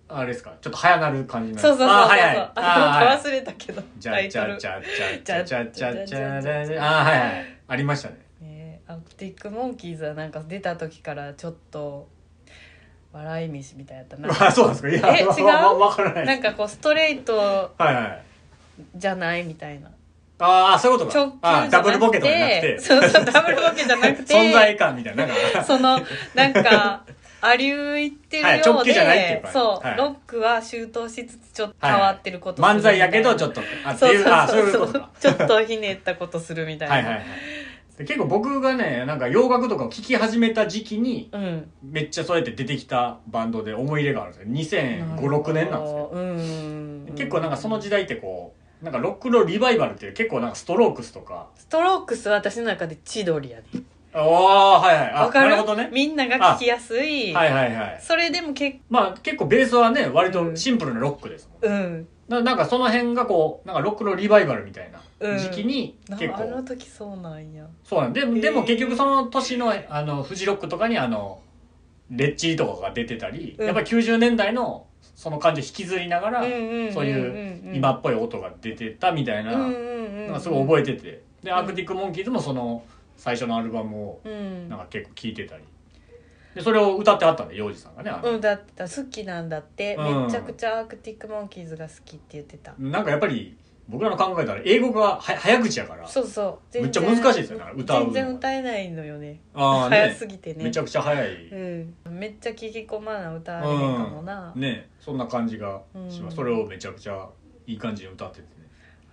Speaker 2: あれですかちょっと早なる感じの
Speaker 1: そうそうそうそう
Speaker 2: あはいはいあはい
Speaker 1: あ
Speaker 2: は
Speaker 1: 忘れたけど
Speaker 2: いじ
Speaker 1: タ
Speaker 2: ゃ
Speaker 1: イ
Speaker 2: じ
Speaker 1: トル
Speaker 2: ゃじゃじゃじゃじゃじゃじゃじゃあはいはいありましたね
Speaker 1: ねアクティック・モンキーズはなんか出た時からちょっと笑い飯みたいやったな
Speaker 2: あそうなんですかいや
Speaker 1: え
Speaker 2: わ
Speaker 1: 違う
Speaker 2: わわからない
Speaker 1: な
Speaker 2: で
Speaker 1: んかこうストレート
Speaker 2: すはいはい
Speaker 1: じゃないみたいな
Speaker 2: ああそういうこと
Speaker 1: 直球
Speaker 2: か
Speaker 1: じゃな
Speaker 2: あ
Speaker 1: くて
Speaker 2: ダブルボケとかじゃなくて
Speaker 1: そうそうダブルボケじゃなくて
Speaker 2: 存在感みたいななんか
Speaker 1: そのなんかアリュー言ってるようで、
Speaker 2: はい直球じゃないっていうか
Speaker 1: そう、
Speaker 2: はい
Speaker 1: ロックは周到しつつちょっと変わってることする
Speaker 2: 漫才やけどちょ
Speaker 1: っ
Speaker 2: っとあって
Speaker 1: そう
Speaker 2: いうあそう
Speaker 1: そう
Speaker 2: いう
Speaker 1: そ
Speaker 2: こ
Speaker 1: うそ
Speaker 2: と
Speaker 1: う
Speaker 2: か
Speaker 1: ちょ っとひねったことするみたいな
Speaker 2: はいはいはいで結構僕がねなんか洋楽とかを聴き始めた時期に
Speaker 1: うん
Speaker 2: めっちゃそうやって出てきたバンドで思い入れがあるんですよ
Speaker 1: なるほど
Speaker 2: 2005 6年なんですよ
Speaker 1: うん
Speaker 2: 結構なんかその時代ってこうなんかロックのリバイバルっていう結構なんかストロークスとか
Speaker 1: ストロークスは私の中で千鳥やね
Speaker 2: ああはいはいあ
Speaker 1: わかる
Speaker 2: なるほどね
Speaker 1: みんなが聞きやすい、
Speaker 2: はいはいはい
Speaker 1: それでも結
Speaker 2: まあ結構ベースはね割
Speaker 1: う
Speaker 2: と
Speaker 1: ん
Speaker 2: シンプルなロックですもん、
Speaker 1: 構うん
Speaker 2: ななんかその辺がこうなんかロックのリバイバルみたいな時期に
Speaker 1: な
Speaker 2: 結
Speaker 1: あの
Speaker 2: 構
Speaker 1: 時そうなんや
Speaker 2: そうなんで
Speaker 1: ー
Speaker 2: でも結局その年のあのフジロックとかにあのレッチリとかが出てたり、
Speaker 1: うん
Speaker 2: やっぱり90年代のその感じを引きずりながら、そう
Speaker 1: い
Speaker 2: 今っぽい音が出てたみたいな、
Speaker 1: うんうんうんうん
Speaker 2: なんかすごい覚えててでアークティック・モンキーズもその最初のアルバムを
Speaker 1: うん
Speaker 2: なんか結構聴いてたりでそれを歌ってはったんで洋二さんがねあの
Speaker 1: うんだってた好きなんだって、
Speaker 2: うん
Speaker 1: めちゃくちゃアークティックモンキーズが好きって言ってた
Speaker 2: なんかやっぱり僕らの考えたら英語がは早口やから
Speaker 1: そうそう
Speaker 2: めっ
Speaker 1: 全
Speaker 2: ちゃ
Speaker 1: 然
Speaker 2: 難しいですよね歌うの
Speaker 1: 全然歌えないのよね
Speaker 2: あーね
Speaker 1: 早すぎてね
Speaker 2: めちゃくちゃ早い、
Speaker 1: うん、めっちゃ聞き込まな歌あれへんかもな、
Speaker 2: ねそんな感じがしま
Speaker 1: うん
Speaker 2: す、それをめちゃくちゃいい感じに歌っててね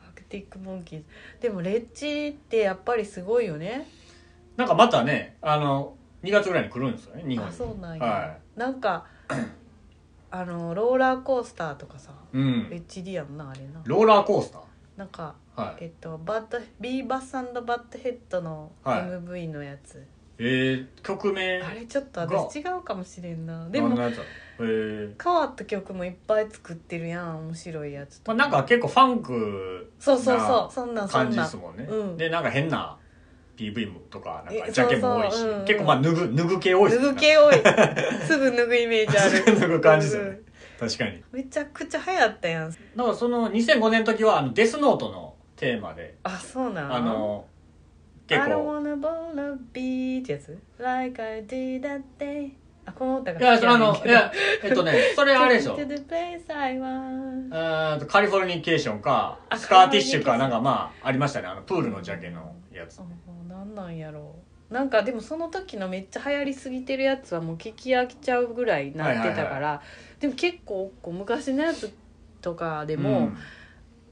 Speaker 1: アークティックモンキーズでもレッチってやっぱりすごいよね
Speaker 2: なんかまたねあの2月ぐらいに来るんですよね日本
Speaker 1: あ
Speaker 2: に
Speaker 1: そうなんや、
Speaker 2: は
Speaker 1: なん かあのローラーコースターとかさ
Speaker 2: い、うん
Speaker 1: レッチリやんなあれな
Speaker 2: ローラーコースタ
Speaker 1: なんか
Speaker 2: ーはい
Speaker 1: えっとバッドビーバスバッドヘッドの
Speaker 2: はい
Speaker 1: MV のやつ、
Speaker 2: えー、曲名
Speaker 1: あれちょっと私違うかもしれんなで
Speaker 2: 何の
Speaker 1: も
Speaker 2: やつだろうえー
Speaker 1: 変わった曲もいっぱい作ってるやん面白いやつ
Speaker 2: ま
Speaker 1: と
Speaker 2: あ、なんか結構ファンク
Speaker 1: そうそうそうそんなんそ
Speaker 2: 感
Speaker 1: ん
Speaker 2: じ
Speaker 1: な
Speaker 2: で
Speaker 1: ん
Speaker 2: すもんね、
Speaker 1: うん
Speaker 2: でなんか変な PV もとかなんか
Speaker 1: え
Speaker 2: ジャケも多いし
Speaker 1: そうそううんうん
Speaker 2: 結構まあ脱ぐ脱ぐ系多い
Speaker 1: 脱
Speaker 2: ですよ
Speaker 1: ぐ
Speaker 2: ね
Speaker 1: 系 多いすぐ脱ぐイメージある
Speaker 2: 脱ぐ感じですよね確かに
Speaker 1: うんめちゃくちゃ流行ったやん
Speaker 2: だからその2005年の時はあのデスノートのテーマで
Speaker 1: あそうなん
Speaker 2: あの結
Speaker 1: I don't
Speaker 2: 構
Speaker 1: wanna wanna be ってやつ Like I did that day あこの歌が
Speaker 2: いや
Speaker 1: 好きや
Speaker 2: あ
Speaker 1: ねん
Speaker 2: の
Speaker 1: けど
Speaker 2: いやえっとねそれあれでしょ
Speaker 1: To the place I want
Speaker 2: うーんとカリフォルニケーションか
Speaker 1: あ
Speaker 2: スカーティッシュ
Speaker 1: カリフォルニケーシ
Speaker 2: か
Speaker 1: ョン
Speaker 2: なんかまあありましたねあのプールのジャケのやつ
Speaker 1: うんなんなんやろうなんかでもその時のめっちゃ流行りすぎてるやつはもう聞き飽きちゃうぐらいなってたから、
Speaker 2: はい
Speaker 1: でも結構こう昔のやつとかでも、
Speaker 2: うん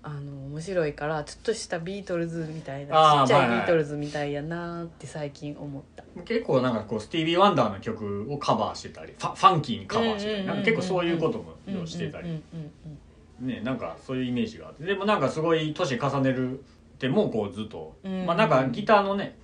Speaker 1: あの面白いからちょっとしたビートルズみたい
Speaker 2: あ
Speaker 1: な
Speaker 2: ー
Speaker 1: ちっちゃ
Speaker 2: はいい
Speaker 1: ビ
Speaker 2: はい
Speaker 1: ートルズみたいやなーって最近思った、
Speaker 2: 結構なんかこうスティービー・ワンダーの曲をカバーしてたりファファンキーにカバーしてたりなんか結構そういうこともしてた
Speaker 1: うん
Speaker 2: り
Speaker 1: うんうんうん
Speaker 2: ねなんかそういうイメージがあってでもなんかすごい年重ねるってもうこうずっと
Speaker 1: うん
Speaker 2: まあなんかギターのね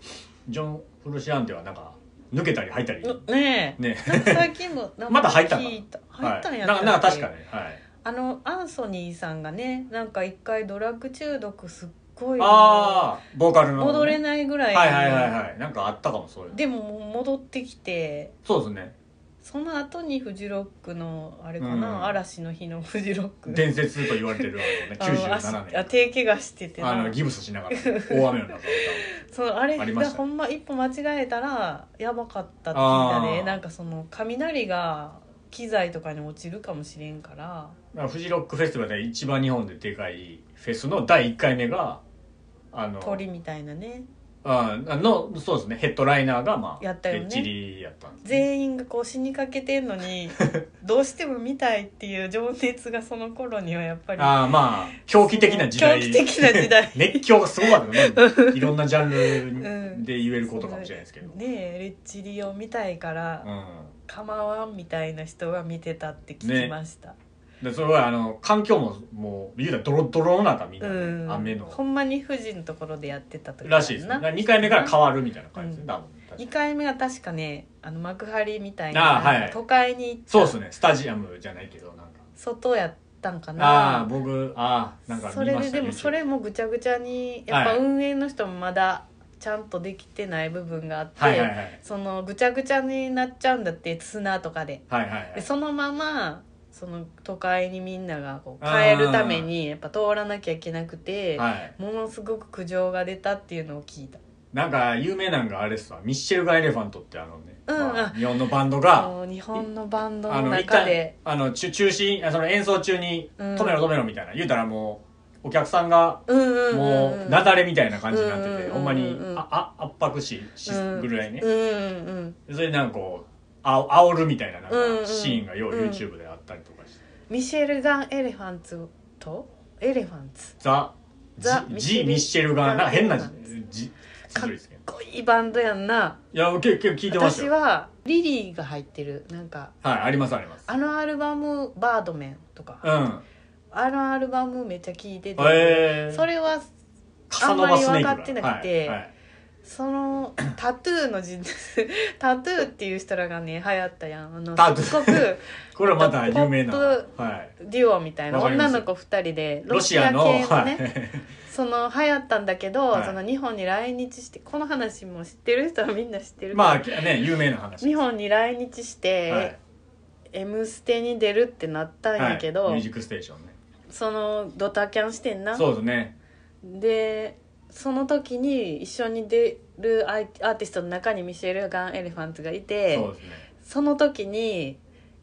Speaker 2: ジョン・フルシアンテはなんか抜けたり入ったり
Speaker 1: うんね
Speaker 2: ね
Speaker 1: えなんか最近もなんか
Speaker 2: まだ入ったんか
Speaker 1: 聞いた入
Speaker 2: は
Speaker 1: ったん
Speaker 2: い
Speaker 1: や
Speaker 2: な
Speaker 1: っ
Speaker 2: ん
Speaker 1: たっ
Speaker 2: か
Speaker 1: け
Speaker 2: なんか確かねはい
Speaker 1: あのアンソニーさんがねなんか一回ドラッグ中毒すっごい
Speaker 2: ああボーカルのね
Speaker 1: 戻れないぐらい、
Speaker 2: はいはいはいはいなんかあったかもそういうの
Speaker 1: でももう戻ってきて
Speaker 2: そうですね
Speaker 1: その後にフジロックのあれかな、
Speaker 2: うん
Speaker 1: 嵐の日のフジロック
Speaker 2: 伝説と言われてる あ
Speaker 1: あ
Speaker 2: のね
Speaker 1: の足
Speaker 2: 97
Speaker 1: あ
Speaker 2: 年
Speaker 1: 手怪我しててな
Speaker 2: あのギブスしながら大雨の中歌う
Speaker 1: そのあれ
Speaker 2: ありま
Speaker 1: が
Speaker 2: した
Speaker 1: ほんま一歩間違えたらやばかったって聞いた
Speaker 2: あ
Speaker 1: ね
Speaker 2: ー
Speaker 1: なんかその雷が機材とかに落ちるかもしれんから
Speaker 2: まあフジロックフェスティバルで一番日本ででかいフェスの第1回目があの
Speaker 1: 鳥みたいなね
Speaker 2: ああのそうですねヘッドライナーがまあ
Speaker 1: やったよね
Speaker 2: レッチリやったんですね、
Speaker 1: 全員がこう死にかけてんのに どうしても見たいっていう情熱がその頃にはやっぱり
Speaker 2: ああまあ狂気的な時代
Speaker 1: 狂気的な時代
Speaker 2: 熱狂がすごかったね、まあいろんなジャンルで言える
Speaker 1: そ
Speaker 2: こ
Speaker 1: う
Speaker 2: とかもしれないですけど、
Speaker 1: ねえレッチリを見たいから、
Speaker 2: う
Speaker 1: 構わんみたいな人が見てたって聞きました、
Speaker 2: ん、でそれはあの環境ももう言うたらドロドロの中みん
Speaker 1: う
Speaker 2: なね、
Speaker 1: ん
Speaker 2: 雨の
Speaker 1: ほんまに富士のところでやってた時
Speaker 2: らしいですね。2回目から変わるみたいな感じですね、
Speaker 1: うん
Speaker 2: 多分確か
Speaker 1: 2
Speaker 2: に
Speaker 1: 回目は確かねあの幕張みたい
Speaker 2: あ
Speaker 1: な
Speaker 2: はい
Speaker 1: なんか都会に行った
Speaker 2: そうですね、スタジアムじゃないけど、なんか。
Speaker 1: 外やったんか
Speaker 2: ああー、
Speaker 1: な
Speaker 2: 僕、ああ、なんか
Speaker 1: そ
Speaker 2: 見
Speaker 1: れ
Speaker 2: ま
Speaker 1: で
Speaker 2: した
Speaker 1: でも
Speaker 2: YouTube
Speaker 1: それもぐちゃぐちゃにやっぱ
Speaker 2: はい
Speaker 1: 運営の人もまだちゃんとできてない部分があって、
Speaker 2: はいはいはい。
Speaker 1: そのぐちゃぐちゃになっちゃうんだって砂とかで
Speaker 2: はいはいは
Speaker 1: で
Speaker 2: い。
Speaker 1: そのままその都会にみんながこう帰るためにやっぱ通らなきゃいけなくて、
Speaker 2: はい。
Speaker 1: ものすごく苦情が出たっていうのを聞いた
Speaker 2: なんか、有名なんがあれっすわ、ミッシェル・ガ・エレファントってあのね、
Speaker 1: うん
Speaker 2: まあ日本のバンド
Speaker 1: あ
Speaker 2: が、
Speaker 1: の日本のバンド
Speaker 2: あ
Speaker 1: の
Speaker 2: の、一
Speaker 1: 中で
Speaker 2: 回、あの、中中止、あその演奏中に、
Speaker 1: うん
Speaker 2: 止めろ止めろみたいな、言うたらもう、お客さんが、
Speaker 1: うんうんうん
Speaker 2: もう、
Speaker 1: うん
Speaker 2: 雪崩みたいな感じになって
Speaker 1: う
Speaker 2: て、
Speaker 1: ん
Speaker 2: ほんまに
Speaker 1: うんうんう、ん
Speaker 2: あ、あ、圧迫し、し
Speaker 1: うん
Speaker 2: ぐらいね
Speaker 1: う。んうん
Speaker 2: でそれでなんかこうあお煽るみたいななん
Speaker 1: うんうん
Speaker 2: かシーンがよう
Speaker 1: うん
Speaker 2: YouTube であったりとかして、
Speaker 1: ミシェル・ガン・エレファンツとエレファンツ
Speaker 2: ザ・
Speaker 1: ザ
Speaker 2: ジ・ジ
Speaker 1: ミ
Speaker 2: ミ
Speaker 1: ッ
Speaker 2: ッ
Speaker 1: シ
Speaker 2: シ
Speaker 1: ェ
Speaker 2: ェ
Speaker 1: ル
Speaker 2: ル
Speaker 1: ガ
Speaker 2: が
Speaker 1: ン
Speaker 2: なんか変な
Speaker 1: か
Speaker 2: 字
Speaker 1: っ
Speaker 2: 字
Speaker 1: かっ
Speaker 2: 字ですけど
Speaker 1: こいいバンドやんない
Speaker 2: や結構聞いてました
Speaker 1: 私
Speaker 2: よ
Speaker 1: はリリーが入ってるなんか
Speaker 2: はいありますあります
Speaker 1: あのアルバム「バードメン」とか
Speaker 2: うん
Speaker 1: あのアルバムめっちゃ聴いてて、
Speaker 2: えー、
Speaker 1: それは
Speaker 2: カサノバスネーク
Speaker 1: あんまり分かってなくて
Speaker 2: はいはい
Speaker 1: そ のタトゥーの人タトゥーっていう人らがね流行ったやんあの
Speaker 2: タトゥー
Speaker 1: すっごく
Speaker 2: これはまた有名な、
Speaker 1: ポッ
Speaker 2: はい、
Speaker 1: デュオみたいな
Speaker 2: わかり
Speaker 1: 女
Speaker 2: ます
Speaker 1: の子2人で
Speaker 2: ロシアの
Speaker 1: ロ系の
Speaker 2: は
Speaker 1: ね、
Speaker 2: い、
Speaker 1: その流行ったんだけど、
Speaker 2: はい
Speaker 1: その日本に来日してこの話も知ってる人はみんな知ってる
Speaker 2: まあね有名な話
Speaker 1: 日本に来日して「
Speaker 2: はい、
Speaker 1: M ステ」に出るってなったんやけど、
Speaker 2: はいミュージックステーションね
Speaker 1: そのドタキャンしてんな
Speaker 2: そうですね
Speaker 1: でその時に一緒に出るアイアーティストの中にミシェル・ガン・エレファントがいて
Speaker 2: そうですね
Speaker 1: その時に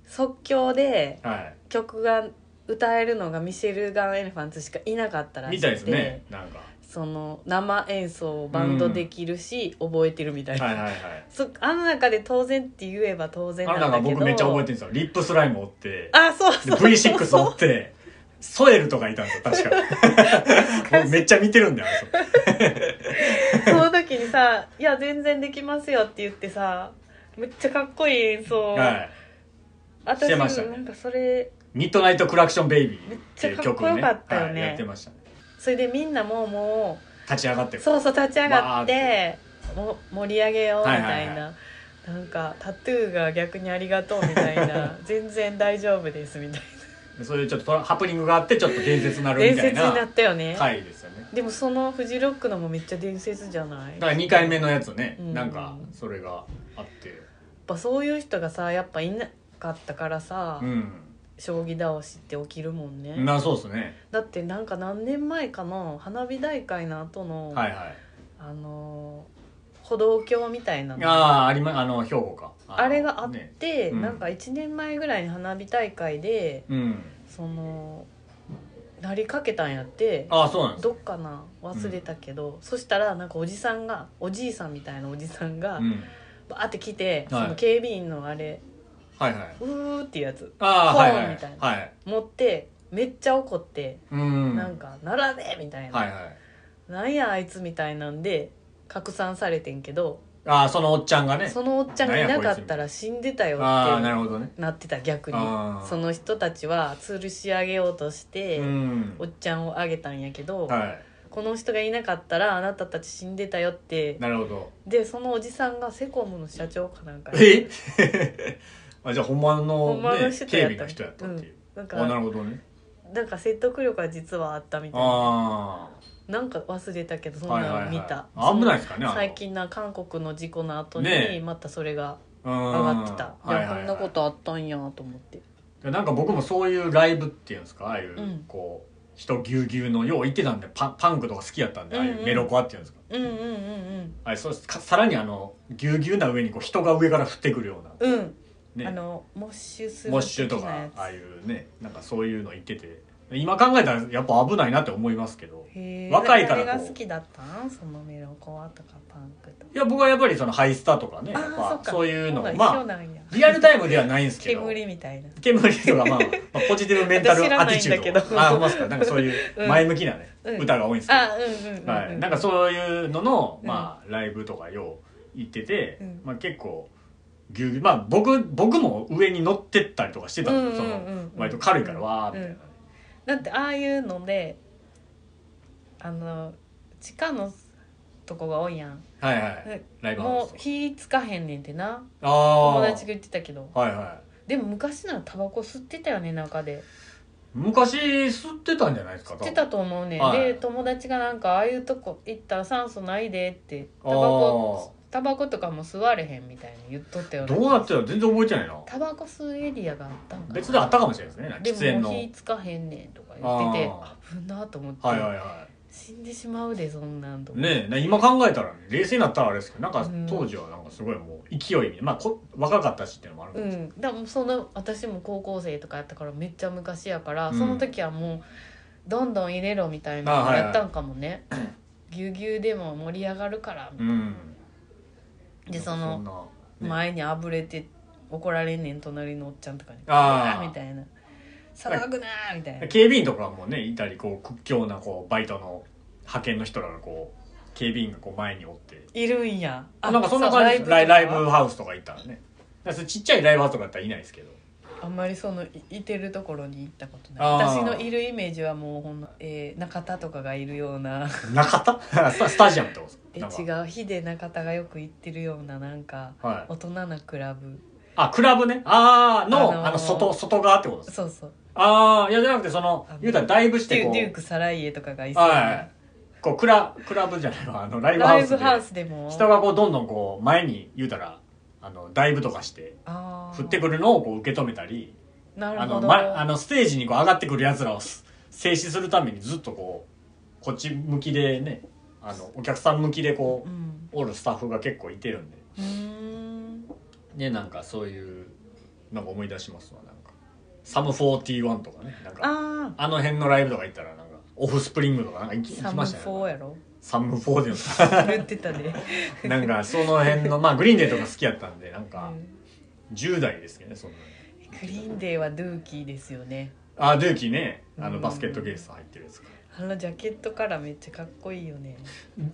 Speaker 1: 即興で
Speaker 2: はい
Speaker 1: 曲が歌えるのがミシェル・ガン・エレファントしかいなかったらしくて
Speaker 2: みたいですねなんか
Speaker 1: その生演奏をバンドできるし、覚えてるみたいな、
Speaker 2: はいはいはい
Speaker 1: そあの中で当然って言えば当然
Speaker 2: あ
Speaker 1: な
Speaker 2: の
Speaker 1: ん
Speaker 2: なん
Speaker 1: だ
Speaker 2: か
Speaker 1: けど
Speaker 2: 僕めっちゃ覚えてるんですよリップスライムおって
Speaker 1: あそう
Speaker 2: で
Speaker 1: そうそう
Speaker 2: V6 おってソエルとかいたんですよ確 か僕めっちゃ見てるんだよあれ
Speaker 1: その時にさ「いや全然できますよ」って言ってさめっちゃかっこいい演奏、
Speaker 2: はいし
Speaker 1: 私
Speaker 2: てましたね
Speaker 1: なんかそれ
Speaker 2: ミッドナイトクラクションベイビ
Speaker 1: め
Speaker 2: ー
Speaker 1: っ
Speaker 2: っ
Speaker 1: ち
Speaker 2: てい
Speaker 1: ゃ
Speaker 2: う
Speaker 1: かっ
Speaker 2: 曲
Speaker 1: こ
Speaker 2: を
Speaker 1: よ
Speaker 2: ね
Speaker 1: かったよね
Speaker 2: はいやってましたね
Speaker 1: それでみんなもうも
Speaker 2: 立ち上がって
Speaker 1: う
Speaker 2: る
Speaker 1: そうそう立ち上がっ
Speaker 2: わ
Speaker 1: ても盛り上げようみたいな、
Speaker 2: はいはいは
Speaker 1: なんかタトゥーが逆にありがとうみたい な全然大丈夫ですみたい
Speaker 2: そういうちょっとトラハプニングがあってちょっと伝説にな
Speaker 1: な
Speaker 2: る
Speaker 1: 伝
Speaker 2: みた
Speaker 1: 説
Speaker 2: い
Speaker 1: にな
Speaker 2: な
Speaker 1: ったよね、
Speaker 2: 回ですよね
Speaker 1: でもそのフジロックのもめっちゃ伝説じゃない
Speaker 2: だから2回目のやつね
Speaker 1: うん
Speaker 2: なんかそれがあって
Speaker 1: やっぱそういう人がさやっぱいなかったからさ、
Speaker 2: うん
Speaker 1: 将棋倒しって起きるもんね、
Speaker 2: なそうですね
Speaker 1: だってなんか何年前かの花火大会の後の、
Speaker 2: はいはい
Speaker 1: あのー歩道橋みたいなのあ
Speaker 2: ああーありまあの兵庫かの
Speaker 1: れがあっ
Speaker 2: ね
Speaker 1: て、
Speaker 2: うん
Speaker 1: なんか1年前ぐらいに花火大会で
Speaker 2: うん
Speaker 1: そのなりかけたんやって
Speaker 2: ああそうなんです
Speaker 1: どっかな忘れたけど、そしたらなんかおじさんがおじいさんみたいなおじさんが、
Speaker 2: うん
Speaker 1: バーって来て、
Speaker 2: はい
Speaker 1: その警備員のあれ
Speaker 2: はいはい
Speaker 1: 「うー」っていうやつ
Speaker 2: ああはいは
Speaker 1: コーンみ
Speaker 2: い
Speaker 1: たいな
Speaker 2: はい
Speaker 1: 持ってめっちゃ怒って、
Speaker 2: うん
Speaker 1: なんか「ならねえ!」みたいな、
Speaker 2: はいはい
Speaker 1: なんやあいつ」みたいなんで拡散されてんけど
Speaker 2: ああそのおっちゃんがね
Speaker 1: そのおっちゃんがいなかったら死んでたよ
Speaker 2: ああな
Speaker 1: っ
Speaker 2: るほどね
Speaker 1: てなってた逆に
Speaker 2: あー
Speaker 1: その人たちは吊るし上げようとして、
Speaker 2: うん
Speaker 1: おっちゃんをあげたんやけど、
Speaker 2: は
Speaker 1: この人がいなかったらあなたたち死んでたよって
Speaker 2: いなるほど
Speaker 1: でそのおじさんがセコムの社長かなんか
Speaker 2: え あじゃあ本物
Speaker 1: ほ
Speaker 2: の,、
Speaker 1: んまの
Speaker 2: ね、
Speaker 1: 人
Speaker 2: 警
Speaker 1: やっ
Speaker 2: 備
Speaker 1: た
Speaker 2: の人やったっていう、
Speaker 1: なん
Speaker 2: あな
Speaker 1: か
Speaker 2: るほどね
Speaker 1: なんか説得力は実はあったみたいな
Speaker 2: あ
Speaker 1: なんか忘れたけどそ
Speaker 2: あ
Speaker 1: ん
Speaker 2: はいはい
Speaker 1: な
Speaker 2: は
Speaker 1: の
Speaker 2: い
Speaker 1: 見た、
Speaker 2: あ危ないですかねあの
Speaker 1: 最近な韓国の事故の後に
Speaker 2: ねえ
Speaker 1: またそれが
Speaker 2: うん
Speaker 1: 上がってた、いや
Speaker 2: はいはいはい
Speaker 1: こんなことあったんやと思って
Speaker 2: なんか僕もそういうライブっていうんですかああいう、
Speaker 1: うん
Speaker 2: こう人ぎゅうぎゅうのよう行ってたんでパンパンクとか好きやったんでああい
Speaker 1: ん
Speaker 2: う
Speaker 1: う
Speaker 2: うんメロコアっていうんですか、
Speaker 1: うんうんうん
Speaker 2: あれそうですかさらにあのぎゅうぎゅうな上にこう人が上から降ってくるよう
Speaker 1: う
Speaker 2: な、
Speaker 1: んうん、
Speaker 2: ね、
Speaker 1: あのモッシュする
Speaker 2: モッシュと
Speaker 1: 的な
Speaker 2: か
Speaker 1: やつ
Speaker 2: ああいうねなんかそういうの行ってて今考えたらやっぱ危ないなって思いますけど
Speaker 1: へえ
Speaker 2: 若いからこう
Speaker 1: 誰が好きだったんそのメロコアとかパンクとか
Speaker 2: いや僕はやっぱりそのハイスタとかね
Speaker 1: あ
Speaker 2: やっ
Speaker 1: ーそ
Speaker 2: ぱ
Speaker 1: っか
Speaker 2: そういうの
Speaker 1: ほんなら
Speaker 2: も
Speaker 1: 一緒
Speaker 2: まあ
Speaker 1: なんや
Speaker 2: リアルタイムではないんですけど
Speaker 1: 煙みたいな
Speaker 2: 煙 とかまあ、まあ、ポジティブメンタルアティチュ
Speaker 1: 私
Speaker 2: ード
Speaker 1: 知らないんだけど
Speaker 2: ああほんまですかなんかそういう前向きなね、
Speaker 1: うん
Speaker 2: 歌が多いんですけど、
Speaker 1: あうんうんうん、うん
Speaker 2: はい、なんかそういうのの、
Speaker 1: うん
Speaker 2: まあ、ライブとかよう行ってて、
Speaker 1: うん
Speaker 2: まあ、結構ぎゅうぎゅうまあ僕僕も上に乗ってったりとかしてたんですよ、
Speaker 1: うんうんうんうん
Speaker 2: その割と軽いからわーみたいな、
Speaker 1: うんだってああいうのであの地下のとこが多いやん
Speaker 2: はいはいライブハウ
Speaker 1: も
Speaker 2: ス
Speaker 1: う火つかへんねんってな
Speaker 2: あ
Speaker 1: 友
Speaker 2: あ
Speaker 1: 達が言ってたけど
Speaker 2: はいはい
Speaker 1: でも昔ならタバコ吸ってたよね中で
Speaker 2: 昔吸ってたんじゃないですか
Speaker 1: 吸ってたと思うねん、
Speaker 2: はい
Speaker 1: で友達がなんかああいうとこ行ったら酸素ないでってタ
Speaker 2: あー
Speaker 1: バコタバコとかも吸われへんみたいに言っとったよ
Speaker 2: 多分どうなってたの全然覚えてないな
Speaker 1: タバコ吸うエリアがあったんかな
Speaker 2: 別であったかもしれないですね喫
Speaker 1: でも
Speaker 2: 煙
Speaker 1: も
Speaker 2: の
Speaker 1: う火つかへんねんとか言ってて
Speaker 2: あ
Speaker 1: 危なと思って、
Speaker 2: はいはいは
Speaker 1: 死んでしまうでそんなんと
Speaker 2: い
Speaker 1: 思って
Speaker 2: ねえね今考えたらね、冷静になったらあれですけどなんか
Speaker 1: うん
Speaker 2: 当時はなんかすごいもう勢いにまあこ若かったしっていうのもあるか
Speaker 1: う
Speaker 2: もしれない
Speaker 1: ん、だからもうその私も高校生とかやったからめっちゃ昔やから、
Speaker 2: うん
Speaker 1: その時はもうどんどん入れろみたいな
Speaker 2: あ
Speaker 1: の
Speaker 2: はいはい
Speaker 1: やったんかもね、ぎゅうぎゅうでも盛り上がるから、
Speaker 2: うん
Speaker 1: でその
Speaker 2: の
Speaker 1: 前にあぶれて怒られんねん隣のおっちゃんとかに「
Speaker 2: あー
Speaker 1: うわーみたいな「騒ぐなー」みたいな
Speaker 2: 警備員とかもねいたりこう屈強なこうバイトの派遣の人らがこう警備員がこう前におって
Speaker 1: いるんや
Speaker 2: あなんかそんな感じですライ
Speaker 1: ラ
Speaker 2: ラ
Speaker 1: イ
Speaker 2: イ
Speaker 1: ブ
Speaker 2: ブ
Speaker 1: とか
Speaker 2: ハウスとか行ったらねだからそれちっちゃいライブハウスとかだったらいないですけど
Speaker 1: あんまりそのいいてるところに行ったことない
Speaker 2: あー
Speaker 1: 私のいるイメージはもうほんの、えー中田とかがいるよう な
Speaker 2: 中田ス タスタジアムってこと
Speaker 1: え
Speaker 2: ですか
Speaker 1: 違うヒデ中田がよく行ってるようななんか
Speaker 2: う、はい、
Speaker 1: 大人なクラブ
Speaker 2: あクラブねああの、
Speaker 1: あのー
Speaker 2: あの外外側ってことです
Speaker 1: そうそう
Speaker 2: ああいやじゃなくてその
Speaker 1: あの
Speaker 2: 言うたらダイブし
Speaker 1: デ
Speaker 2: てこ
Speaker 1: ュ
Speaker 2: う
Speaker 1: デュークサライエとかがいそうな
Speaker 2: はいこうクラクラブじゃないわあのライブハ
Speaker 1: ラ
Speaker 2: ウ
Speaker 1: イ
Speaker 2: スで
Speaker 1: ブハウスでも
Speaker 2: 人がこうどんどんこう前に言うたらあのダイブとかして
Speaker 1: あ
Speaker 2: 振って
Speaker 1: る
Speaker 2: くるのをこう受け止めたり
Speaker 1: なる
Speaker 2: あ
Speaker 1: ほ
Speaker 2: の,、
Speaker 1: ど
Speaker 2: ま、あのステージにこう上がってくるやつらをす制止するためにずっとこうこっち向きでねあのお客さん向きでこう
Speaker 1: うん
Speaker 2: おるスタッフが結構いてるんで
Speaker 1: うーん
Speaker 2: ねなんかそういうなんか思い出しますわなんかサム41とかねなんか
Speaker 1: あ
Speaker 2: あの辺のライブとか行ったらなんかオフスプリングとかなんか行き
Speaker 1: あサ
Speaker 2: 行き
Speaker 1: ム
Speaker 2: ま
Speaker 1: フ
Speaker 2: した
Speaker 1: ォー
Speaker 2: ね
Speaker 1: やろ
Speaker 2: サム4で
Speaker 1: 言ってたで
Speaker 2: もなんかその辺のまあグリーンデーとか好きやったんでなんか
Speaker 1: うん
Speaker 2: 10代ですけどねそんな
Speaker 1: グリーンデーはドゥーキーですよね
Speaker 2: あドゥーキーねあ
Speaker 1: う
Speaker 2: の
Speaker 1: ん
Speaker 2: バスケットケース入ってるやつ
Speaker 1: あのジャケットからめっちゃかっこいいよね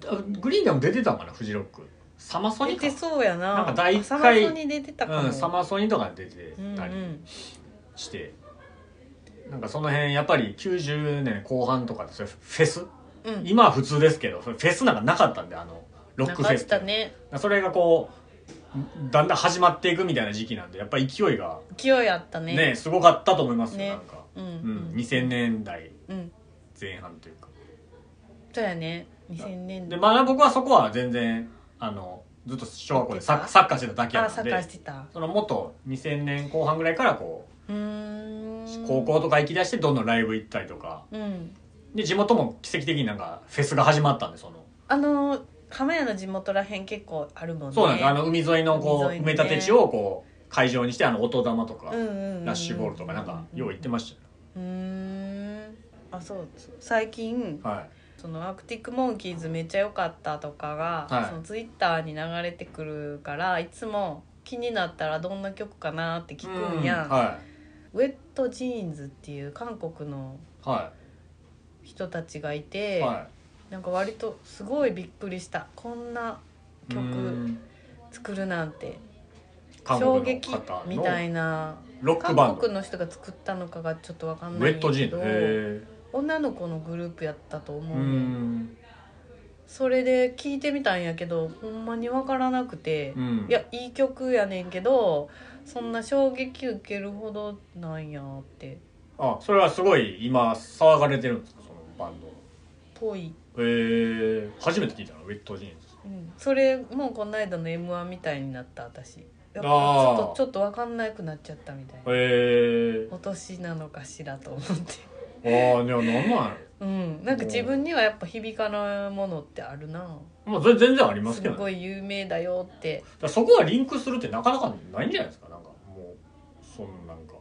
Speaker 2: あグリーンデーも出てたんかなフジロックサマソ
Speaker 1: 出
Speaker 2: ニ
Speaker 1: て
Speaker 2: か
Speaker 1: そうやな
Speaker 2: なんか第一
Speaker 1: サ
Speaker 2: 回
Speaker 1: マソに出てたかも、
Speaker 2: うん、サマソニとか出て
Speaker 1: うんう
Speaker 2: たり
Speaker 1: ん
Speaker 2: して、なんかその辺やっぱり90年後半とかでそれフェス
Speaker 1: うん
Speaker 2: 今は普通ですけどそれフェスなんかなかったんであのロックフェスって
Speaker 1: なかったね
Speaker 2: それがこうだんだん始まっていくみたいな時期なんでやっぱり勢いが
Speaker 1: 勢いあったね
Speaker 2: ねすごかったと思いますよ、
Speaker 1: ね
Speaker 2: なんか、
Speaker 1: うん、
Speaker 2: うん、2000年代
Speaker 1: うん
Speaker 2: 前半というか
Speaker 1: そうやね2000年
Speaker 2: でまだ僕はそこは全然あのずっと小学校でサッサッカーしてただけや
Speaker 1: あ
Speaker 2: った
Speaker 1: サ
Speaker 2: ん
Speaker 1: ッカー
Speaker 2: で
Speaker 1: してた
Speaker 2: そのもっと2000年後半ぐらいからこ
Speaker 1: うー
Speaker 2: うん高校とか行き出してどんどんライブ行ったりとか
Speaker 1: うん
Speaker 2: で地元も奇跡的になんかフェスが始まったんでその
Speaker 1: あの浜屋の地元らへん結構あるもんね
Speaker 2: そうなんです、あの海沿いのこう
Speaker 1: 海沿い
Speaker 2: 埋
Speaker 1: の
Speaker 2: め
Speaker 1: ね
Speaker 2: 立て地をこう会場にしてあの音玉とか、
Speaker 1: うんうんうんうん
Speaker 2: ラッシュボールとかなんかよう言ってましたよ、
Speaker 1: うーんあそう最近
Speaker 2: はい
Speaker 1: そのアクティックモンキーズめっちゃ良かったとかが、
Speaker 2: はい
Speaker 1: そのツイッターに流れてくるからいつも気になったらどんな曲かなって聞くんや、
Speaker 2: うんは
Speaker 1: ウェットジーンズっていう韓国の
Speaker 2: いは
Speaker 1: 人たちがい
Speaker 2: い
Speaker 1: て、
Speaker 2: は
Speaker 1: なんか割とすごいびっくりしたこんない曲作るなんて
Speaker 2: 韓
Speaker 1: 衝
Speaker 2: 国の
Speaker 1: 撃
Speaker 2: 方
Speaker 1: みた
Speaker 2: の
Speaker 1: いな
Speaker 2: ロックバ
Speaker 1: 韓
Speaker 2: ンド
Speaker 1: 国の人が作ったのかがちょっとわかん
Speaker 2: ウ
Speaker 1: ないん
Speaker 2: ェッ
Speaker 1: や
Speaker 2: トジ
Speaker 1: けど
Speaker 2: ーンズへ
Speaker 1: 女の子のグループやったと
Speaker 2: え
Speaker 1: 思
Speaker 2: う
Speaker 1: うねん
Speaker 2: ん
Speaker 1: それで聞いてみたんやけどほんまにわからなくて、
Speaker 2: うん
Speaker 1: いやいい曲やねんけどそんな衝撃受けるほどなんやって
Speaker 2: あそれはすごい今騒がれてるんですかそのバンド
Speaker 1: ぽい、
Speaker 2: へえ初めて聞いたのウェットジーンズ
Speaker 1: うん、それもこの間の m 1みたいになった私やっぱち
Speaker 2: あー
Speaker 1: ょっとちょっとわかんなくなっちゃったみたいな
Speaker 2: へえ
Speaker 1: お年なのかしらと思 って。
Speaker 2: ああでもなんなんや
Speaker 1: うん、なんか自分にはやっぱ響かないものってあるな
Speaker 2: ろもうそれ全然あります
Speaker 1: す
Speaker 2: けどね
Speaker 1: ごい有名だよって
Speaker 2: だからそこがリンクするってなかなかないんじゃないですかなんかもうそのなんか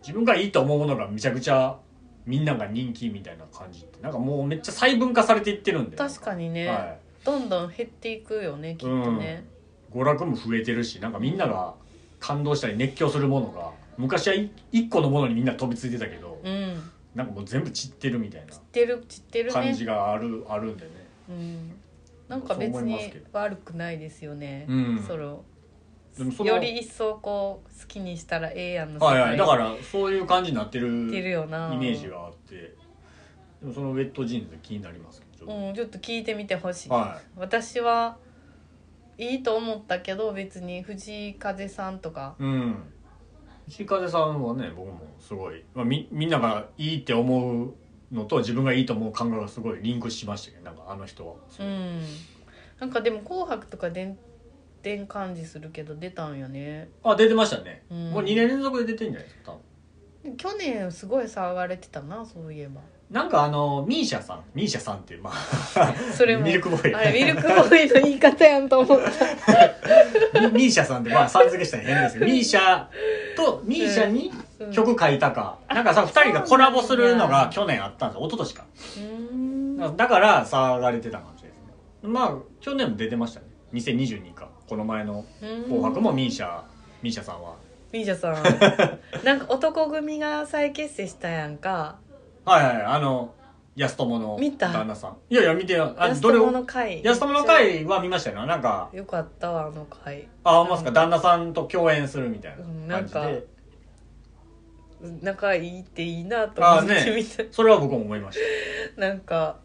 Speaker 2: 自分がいいと思うものがめちゃくちゃみんなが人気みたいな感じってなんかもうめっちゃ細分化されていってるんで
Speaker 1: 確かにね、
Speaker 2: は
Speaker 1: どんどん減っていくよねきっとね、
Speaker 2: い、娯楽も増えてるしなんかみんなが感動したり熱狂するものが昔は1個のものにみんな飛びついてたけど
Speaker 1: うん
Speaker 2: なんかもう全部散ってるみたい
Speaker 1: 知ってる知って
Speaker 2: な
Speaker 1: る
Speaker 2: 感
Speaker 1: ね
Speaker 2: じがあるあるんでね
Speaker 1: うん、なんか別
Speaker 2: そう思います
Speaker 1: に
Speaker 2: けど
Speaker 1: 悪くないですよね、
Speaker 2: うん
Speaker 1: それを
Speaker 2: でもその
Speaker 1: より一層こう好きにしたらええやんの
Speaker 2: はいはいだかららそういう感じになってるイ
Speaker 1: ってる
Speaker 2: メ
Speaker 1: よな
Speaker 2: ージがあってでもそのウェットジーンズ気になりますけどちょっと
Speaker 1: うんちょっと聞いてみてほしい、
Speaker 2: は
Speaker 1: 私はいいと思ったけど別に藤井風さんとか
Speaker 2: うん藤井風さんはね僕もすごい、まあ、みみんながいいって思うのと自分がいいと思う感覚がすごいリンクしましたけどなんかあの人は、
Speaker 1: うんなんかでも「紅白」とかでんでん感じするけど出たんよね
Speaker 2: あ出てましたね、
Speaker 1: うん
Speaker 2: もう2年連続で出てんじゃないですか多分
Speaker 1: 去年すごい騒がれてたなそういえば
Speaker 2: なんかあのミーシャさんミーシャさんっていうまあ
Speaker 1: それも
Speaker 2: ミルクボーイ
Speaker 1: あれミルクボーイの言い方やんと思 った
Speaker 2: ミミーシャさんってまあさん付けしたら変ですけどミーシャとミーシャに
Speaker 1: うん
Speaker 2: 曲書いたか、なんかさ2人がコラボするのが去年あったんですよ一昨年か
Speaker 1: うーん
Speaker 2: だから騒がれてたかもしれないですねまあ去年も出てましたね2022かこの前の「紅白」もミーシャミーシャさんは
Speaker 1: ミーシャさんなんか男組が再結成したやんか
Speaker 2: はいはいあの安友の
Speaker 1: 見た
Speaker 2: 旦那さんいやいや見てよあ
Speaker 1: 安
Speaker 2: どれ
Speaker 1: 友
Speaker 2: を
Speaker 1: の会
Speaker 2: 安友の会は見ましたよなんか
Speaker 1: よかったわあの会
Speaker 2: ああ思いますか
Speaker 1: うん
Speaker 2: 旦那さんと共演するみたい
Speaker 1: うん
Speaker 2: な
Speaker 1: なん
Speaker 2: 感じ
Speaker 1: か
Speaker 2: で
Speaker 1: 仲いいっていいなと
Speaker 2: あ
Speaker 1: 思
Speaker 2: ー
Speaker 1: っ
Speaker 2: ね
Speaker 1: てみた、
Speaker 2: それは僕も思いまし
Speaker 1: なんか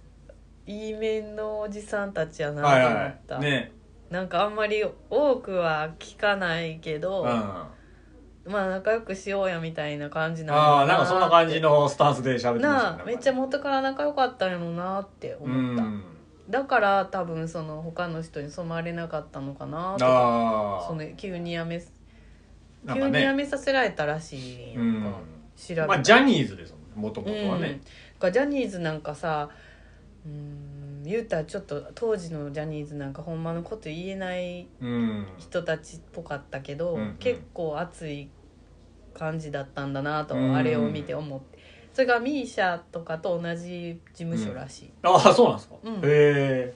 Speaker 1: いい面のおじさんたちやな
Speaker 2: た
Speaker 1: と
Speaker 2: はい
Speaker 1: 思
Speaker 2: は
Speaker 1: った、
Speaker 2: いね
Speaker 1: なんかあんまり多くは聞かないけ
Speaker 2: う
Speaker 1: ど、
Speaker 2: んあ
Speaker 1: まあ仲良くしようやみたいな感じなのか
Speaker 2: あーなんかそんな感じのスタンスで喋ってましたね
Speaker 1: なあめっちゃ元から仲良かったんやろうなって
Speaker 2: う
Speaker 1: 思った、
Speaker 2: ん
Speaker 1: だから多分その他の人に染まれなかったのかなとか
Speaker 2: あ
Speaker 1: その急にやめ
Speaker 2: あん
Speaker 1: 急
Speaker 2: か
Speaker 1: にや
Speaker 2: ね
Speaker 1: めさせられたらしいや
Speaker 2: うん
Speaker 1: か、
Speaker 2: ん
Speaker 1: 調べた
Speaker 2: まあジャニーズですもんねもともとは
Speaker 1: うん
Speaker 2: ね
Speaker 1: がジャニーズなんかさうーん言うたらちょっと当時のジャニーズなんかほんまのこと言えない
Speaker 2: うん
Speaker 1: 人たちっぽかったけど、
Speaker 2: うんうん
Speaker 1: 結構熱い感じだったんだなと、
Speaker 2: うん
Speaker 1: あれを見て思ってそれがミーシャとかと同じ事務所らしい、
Speaker 2: ああそうなんですか、
Speaker 1: うん
Speaker 2: へえ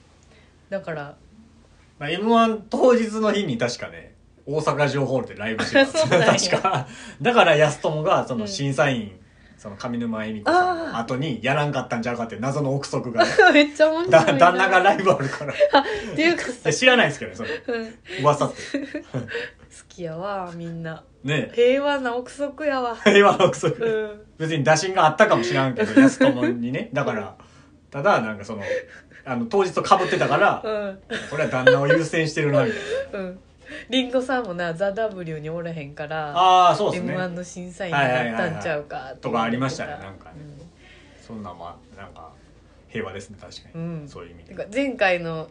Speaker 1: だから
Speaker 2: まあ m 1当日の日に確かね大阪城ホールでライブしてたんです よ
Speaker 1: そうなんや
Speaker 2: 確かだから安友がそうの
Speaker 1: ん
Speaker 2: 審査員、その上沼恵美子さんの後にやらんかったんちゃうかっていう謎の憶測が
Speaker 1: めっちゃ面白
Speaker 2: だ
Speaker 1: いな
Speaker 2: 旦那がライブあるから
Speaker 1: っていうかさ
Speaker 2: で知らないですけどねそれ
Speaker 1: うん好
Speaker 2: 噂って
Speaker 1: きやわみんな
Speaker 2: ね
Speaker 1: 平和な憶測やわ
Speaker 2: え今の憶
Speaker 1: う
Speaker 2: 測
Speaker 1: ん
Speaker 2: 別に打診があったかもしらんけ ど安友にねだからただなんかそのあの当日とかぶってたから
Speaker 1: うん
Speaker 2: これは旦那を優先してるなみたいな
Speaker 1: うんりんごさんもな「ザ・ w におらへんから
Speaker 2: ああそうです
Speaker 1: m
Speaker 2: ね
Speaker 1: 1の審査員になったんちゃうかって
Speaker 2: とかありましたねなんかね
Speaker 1: うん
Speaker 2: そんなんもあなんか平和ですね確かに、
Speaker 1: うん
Speaker 2: そういう意味
Speaker 1: な
Speaker 2: で
Speaker 1: んか前回の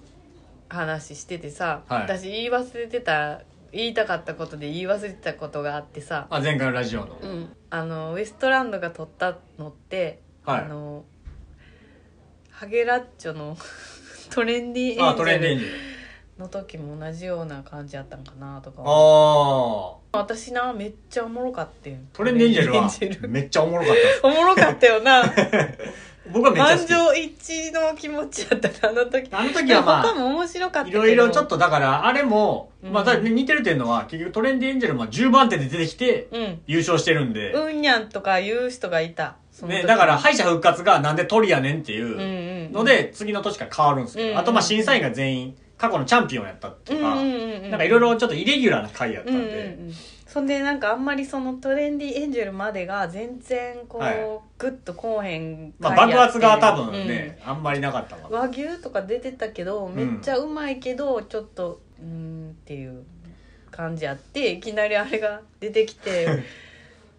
Speaker 1: 話しててさ、
Speaker 2: はい
Speaker 1: 私言い忘れてた言いたかったことで言い忘れてたことがあってさ、
Speaker 2: あ前回のラジオの、
Speaker 1: うん、あのウエストランドが撮ったのって、
Speaker 2: はい
Speaker 1: あのハゲラッチョの トレンディエンジ
Speaker 2: あトレ
Speaker 1: ェ
Speaker 2: ンディエン
Speaker 1: ル
Speaker 2: ジェル
Speaker 1: の時も同じような感じやったんかなとか
Speaker 2: ああ
Speaker 1: 私なめっちゃおもろかったよ
Speaker 2: トレンディエンジェル
Speaker 1: トレ
Speaker 2: は
Speaker 1: ンディエンジェル
Speaker 2: めっちゃおもろかったです
Speaker 1: おもろかったよ な
Speaker 2: 僕はめっちゃ
Speaker 1: 満
Speaker 2: 好き
Speaker 1: 場一致の気持ちやったなあの時
Speaker 2: あの時はま
Speaker 1: 他
Speaker 2: あ
Speaker 1: も面白かった
Speaker 2: い
Speaker 1: けど
Speaker 2: ろいろちょっとだからあれも、
Speaker 1: うん
Speaker 2: まあだ似てる点のは結局トレンディエンジェルも10番手で出てきて
Speaker 1: うん
Speaker 2: 優勝してるんで、
Speaker 1: うんにゃんとか言う人がいた。その時
Speaker 2: ね、だから、敗者復活がなんで鳥やねんっていううん
Speaker 1: うん、
Speaker 2: の、で、次の年から変わるんですけど、
Speaker 1: うん
Speaker 2: あとまあ審査員が全員過去のチャンピオンやった
Speaker 1: う
Speaker 2: と
Speaker 1: んう
Speaker 2: か、
Speaker 1: んうんうん、
Speaker 2: なんかいろいろちょっとイレギュラーな回やった
Speaker 1: うん
Speaker 2: ん
Speaker 1: うんう
Speaker 2: で、
Speaker 1: ん、そんでなんかあんまりそのトレンディエンジェルまでが全然こう、
Speaker 2: はい
Speaker 1: グッとこうへん
Speaker 2: まあ、
Speaker 1: 回
Speaker 2: 爆
Speaker 1: やって
Speaker 2: 発が多分ね、あんまりなかった
Speaker 1: う
Speaker 2: か
Speaker 1: ん
Speaker 2: ら
Speaker 1: 和牛とか出てたけどめっちゃうまいけど、ちょっとうーんっていう感じやっていきなりあれが出てきて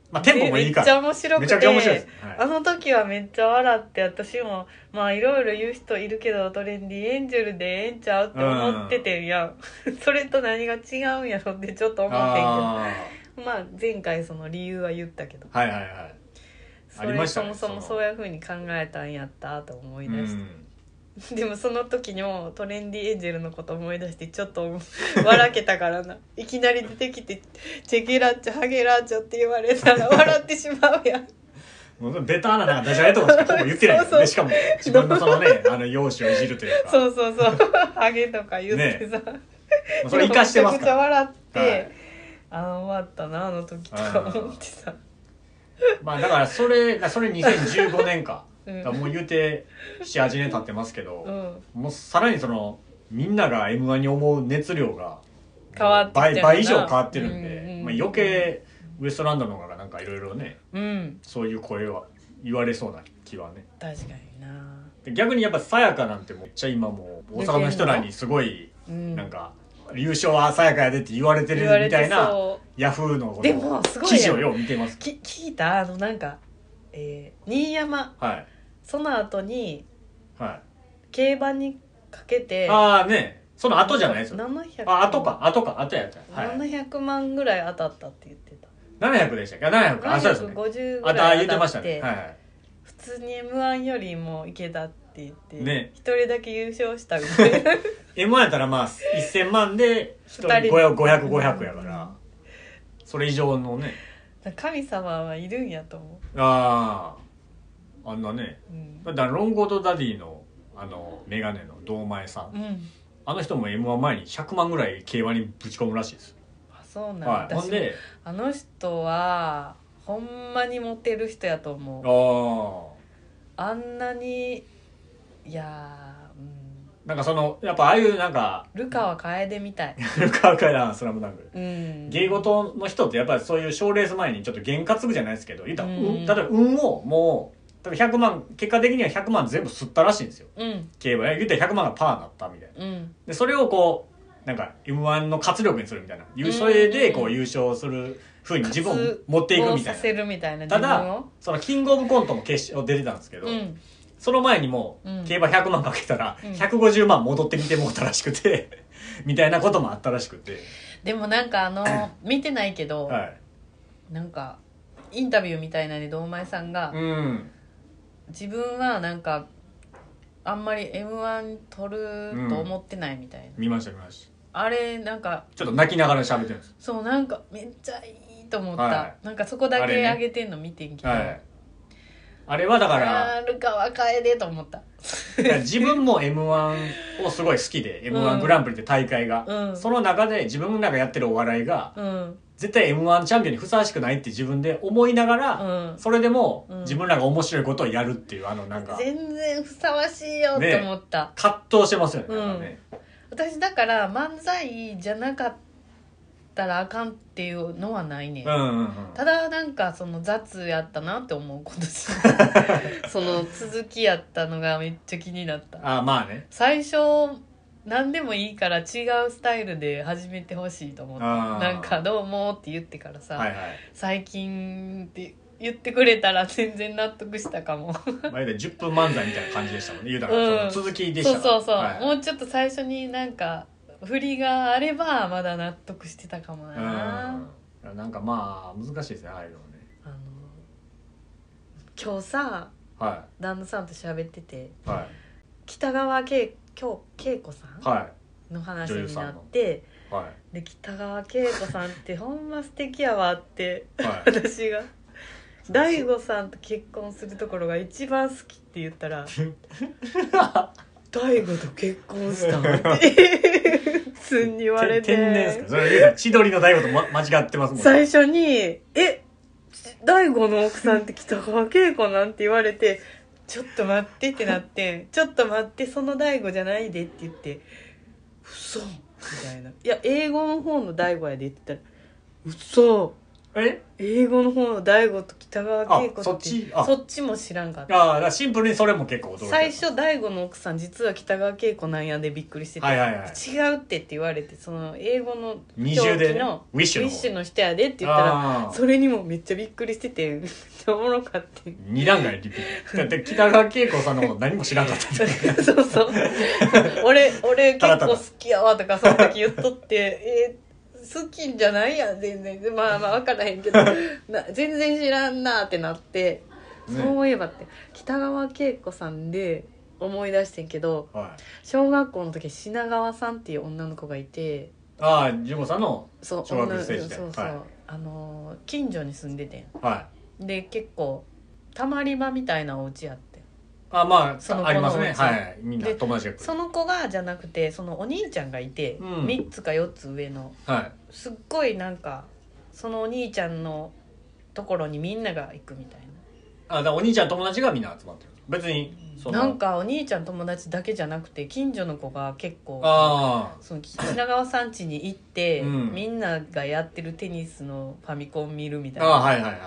Speaker 2: まあ、 テンポもいいか
Speaker 1: めっち
Speaker 2: ら
Speaker 1: ゃ面白くて
Speaker 2: めちゃくちゃ面白いです、はい
Speaker 1: あの時はめっちゃ笑って私もまあいろいろ言う人いるけどトレンディエンジェルでええんちゃうって思っててんや んそれと何が違うんやろってちょっと思ってん
Speaker 2: あ
Speaker 1: けどまあ前回その理由は言ったけど
Speaker 2: ーはいはいはい
Speaker 1: そ
Speaker 2: あり
Speaker 1: れ
Speaker 2: ました
Speaker 1: そ
Speaker 2: ね
Speaker 1: もそも
Speaker 2: その
Speaker 1: そういうふうに考えたんやったと思いう出し
Speaker 2: ん
Speaker 1: てでもその時にもトレンディエンジェルのこと思い出してちょっと笑けたからないきなり出てきて「チェケラッチョハゲラッチョ」って言われたら笑ってしまうやん。
Speaker 2: もうベターななんかダジャレとかしかほぼ言ってない
Speaker 1: そう
Speaker 2: です
Speaker 1: そう
Speaker 2: ねしかも自分のそのねあの容姿をいじるというか
Speaker 1: そうそうそう 「ハゲ」とか言ってさ、
Speaker 2: まあそれ生かしてます
Speaker 1: め
Speaker 2: か
Speaker 1: ちゃくちゃ
Speaker 2: ら
Speaker 1: 笑って、
Speaker 2: はい
Speaker 1: あの終わったなあの時とか思ってさ
Speaker 2: まあだからそれそれ2015年か
Speaker 1: うん
Speaker 2: だからもう言うて78年経ってますけ
Speaker 1: う
Speaker 2: ど、
Speaker 1: ん
Speaker 2: もうさらにそのみんなが m 1に思う熱量が
Speaker 1: 変わってきてる
Speaker 2: 倍
Speaker 1: な
Speaker 2: 倍以上変わってるんで、
Speaker 1: うんうん
Speaker 2: まあ、余計ウエストランドの方がなんかいろいろね、
Speaker 1: うん
Speaker 2: そういう声は言われそうな気はね
Speaker 1: 確かにな
Speaker 2: で逆にやっぱさやかなんてめっちゃ今もう大阪の人らにすごい
Speaker 1: うん
Speaker 2: なんか優勝はさやかやでって言われてる
Speaker 1: 言われ
Speaker 2: みた
Speaker 1: て
Speaker 2: いな
Speaker 1: そ
Speaker 2: ヤフーのこ
Speaker 1: でもす
Speaker 2: の
Speaker 1: ごい
Speaker 2: 記事をよう見てます
Speaker 1: うき聞いたあのなんか、えー新山
Speaker 2: はい
Speaker 1: その後に
Speaker 2: は
Speaker 1: 競馬にかけ
Speaker 2: い
Speaker 1: て
Speaker 2: ああねその後じゃないですよ
Speaker 1: 700
Speaker 2: あ後か後か後やったはい
Speaker 1: 700万ぐらい当たったって言ってた
Speaker 2: 700でしたっけあ700かあそうですね
Speaker 1: 750ぐ
Speaker 2: あだ
Speaker 1: ら
Speaker 2: 言
Speaker 1: い
Speaker 2: っ
Speaker 1: 当
Speaker 2: て
Speaker 1: た
Speaker 2: ま
Speaker 1: っ
Speaker 2: した
Speaker 1: て
Speaker 2: ねはいはい
Speaker 1: 普通に m 1よりもいけたって言って一、
Speaker 2: ね
Speaker 1: 人だけ優勝したみたい な
Speaker 2: M1 やったらまあ1000万で1人
Speaker 1: 二人
Speaker 2: 500500やからそれ以上のね
Speaker 1: 神様はいるんやと思
Speaker 2: あああんなね
Speaker 1: う、うん
Speaker 2: だからロンゴードダディのあのメガネの堂前さん、
Speaker 1: うん、
Speaker 2: あの人も m 1前に100万ぐらい競馬にぶち込むらしいです、
Speaker 1: あそうなんだ、
Speaker 2: はい、ほんで
Speaker 1: あの人はほんまにモテる人やと思う
Speaker 2: あ
Speaker 1: あんなにいやー、うん、
Speaker 2: あなんかそのやっぱああいうなんか
Speaker 1: ルカは楓みたい、
Speaker 2: ルカーカイラースラムダンク
Speaker 1: うん、
Speaker 2: 芸事の人ってやっぱりそういう賞レース前にちょっと験担ぐじゃないですけど言ったら、
Speaker 1: うん
Speaker 2: うん例えば運をもう多分100万結果的には100万全部吸ったらしいんですよ
Speaker 1: うん
Speaker 2: 競馬言ったら100万がパーになったみたいな
Speaker 1: うん
Speaker 2: でそれをこうなんか m 1の活力にするみたいな優勝でこう優勝するふうに自分を持っていく
Speaker 1: こう
Speaker 2: みた
Speaker 1: さ
Speaker 2: い
Speaker 1: せ
Speaker 2: な
Speaker 1: るみたいな
Speaker 2: た
Speaker 1: 自分
Speaker 2: だ
Speaker 1: を
Speaker 2: そのキングオブコントも決勝出てたんですけど、
Speaker 1: うん
Speaker 2: その前にも
Speaker 1: うん
Speaker 2: 競馬100万かけたら
Speaker 1: うん
Speaker 2: 150万戻ってきてもうたらしくて みたいなこともあったらしくて、
Speaker 1: でもなんかあ の見てないけど、
Speaker 2: はい、
Speaker 1: なんかインタビューみたいなのに堂前さんが、
Speaker 2: うん
Speaker 1: 自分はなんかあんまり m 1取ると思ってないみたいな、
Speaker 2: 見ました見ました
Speaker 1: あれなんか
Speaker 2: ちょっと泣きながら喋ってるんです
Speaker 1: そうなんかめっちゃいいと思った、
Speaker 2: は
Speaker 1: なんかそこだ
Speaker 2: あ
Speaker 1: け
Speaker 2: れね
Speaker 1: 上げてんの見てんけど、
Speaker 2: はいあれはだから
Speaker 1: なるかは楓でと思った
Speaker 2: いや自分も m 1をすごい好きで m 1グランプリって大会が、
Speaker 1: うん
Speaker 2: その中で自分らがやってるお笑いが
Speaker 1: うん
Speaker 2: 絶対 m 1チャンピオンにふさわしくないって自分で思いながら、
Speaker 1: うん
Speaker 2: それでも
Speaker 1: うん
Speaker 2: 自分らが面白いことをやるっていうあのなんか
Speaker 1: 全然ふさわしいよって思った、
Speaker 2: 葛藤してますよね,、なんかね
Speaker 1: 私だから漫才じゃなかったらあかんっていうのはないね、
Speaker 2: うんうんうん
Speaker 1: ただなんかその雑やったなって思う今 年その続きやったのがめっちゃ気になった
Speaker 2: あまあね
Speaker 1: 最初何でもいいから違うスタイルで始めてほしいと思った
Speaker 2: あー
Speaker 1: なんか「どうも」って言ってからさ「
Speaker 2: はいはい
Speaker 1: 最近」って言ってくれたら全然納得したかも
Speaker 2: 前で10分漫才みたいな感じでしたもんね言うたら、
Speaker 1: うん
Speaker 2: その続きでし
Speaker 1: そ
Speaker 2: た
Speaker 1: う
Speaker 2: から
Speaker 1: そうそう、
Speaker 2: はい
Speaker 1: もうちょっと最初になんか振りがあればまだ納得してたかもな
Speaker 2: うんなんかまあ難しいですねああいうのはね
Speaker 1: あの今日さ
Speaker 2: は
Speaker 1: 旦那さんと喋ってて
Speaker 2: いは
Speaker 1: 北川景京恵子さん
Speaker 2: いは
Speaker 1: の話
Speaker 2: 女優
Speaker 1: に
Speaker 2: さ
Speaker 1: なんっ
Speaker 2: の
Speaker 1: て
Speaker 2: いは
Speaker 1: で北川景子さんってほんま素敵やわって
Speaker 2: いはい
Speaker 1: 私が大悟さんと結婚するところが一番好きって言ったら 「大悟と結婚したん?」 ってすんに言われ
Speaker 2: て天然です
Speaker 1: て
Speaker 2: かそれ言うたら千鳥の大悟と、ま、間違ってますもん
Speaker 1: 最初に「え大悟の奥さんって北川景子なん?」て言われて「ちょっと待って」ってなって「ちょっと待ってその大悟じゃないで」って言って「嘘みたいな「いや英語の方の大悟やで」って言ったら「嘘
Speaker 2: え
Speaker 1: 英語の方の大悟と北川景子
Speaker 2: あそっちあ
Speaker 1: そっちも知らんかっ
Speaker 2: あ
Speaker 1: た
Speaker 2: あだからシンプルにそれも結構驚いて
Speaker 1: 最初大悟の奥さん実は北川景子なんやでびっくりしてて、
Speaker 2: はいはいはい
Speaker 1: 違うってって言われてその英語の
Speaker 2: 二重で
Speaker 1: 表記
Speaker 2: ね
Speaker 1: の
Speaker 2: ウィッシュの
Speaker 1: ウィ
Speaker 2: 方
Speaker 1: ッシュの人やでって言ったら
Speaker 2: あー
Speaker 1: それにもめっちゃびっくりしてて めっちゃおもろかってん
Speaker 2: 二段階リピートだって北川景子さんのこと何も知らなかった
Speaker 1: そうそう 俺俺結
Speaker 2: ただただ
Speaker 1: 構好きやわとかその時言っとって えー好きじゃないやん全然でまあまあ分からへんけどな全然知らんなってなって、
Speaker 2: ね
Speaker 1: そういえばって北川景子さんで思い出してんけど
Speaker 2: はい
Speaker 1: 小学校の時品川さんっていう女の子がいて
Speaker 2: ああジュゴさんの
Speaker 1: そう
Speaker 2: 小学生時代
Speaker 1: 女そうそう、
Speaker 2: はい
Speaker 1: あのー近所に住んでて
Speaker 2: はい
Speaker 1: んで結構たまり場みたいなお家やってん
Speaker 2: あま
Speaker 1: その子の
Speaker 2: あありますね
Speaker 1: お家
Speaker 2: はいみんな
Speaker 1: で
Speaker 2: 友達が来
Speaker 1: その子がじゃなくてそのお兄ちゃんがいて、
Speaker 2: うん
Speaker 1: 3つか4つ上の
Speaker 2: るはい
Speaker 1: すっごいなんかそのお兄ちゃんのところにみんなが行くみたい
Speaker 2: あだからお兄ちゃん友達がみんな集まってる別にそ
Speaker 1: な
Speaker 2: の
Speaker 1: なんかお兄ちゃん友達だけじゃなくて近所の子が結構
Speaker 2: あ
Speaker 1: その品川さん家に行って、
Speaker 2: うん
Speaker 1: みんながやってるテニスのファミコン見るみ
Speaker 2: あ
Speaker 1: たい
Speaker 2: ああ
Speaker 1: な
Speaker 2: はいはいは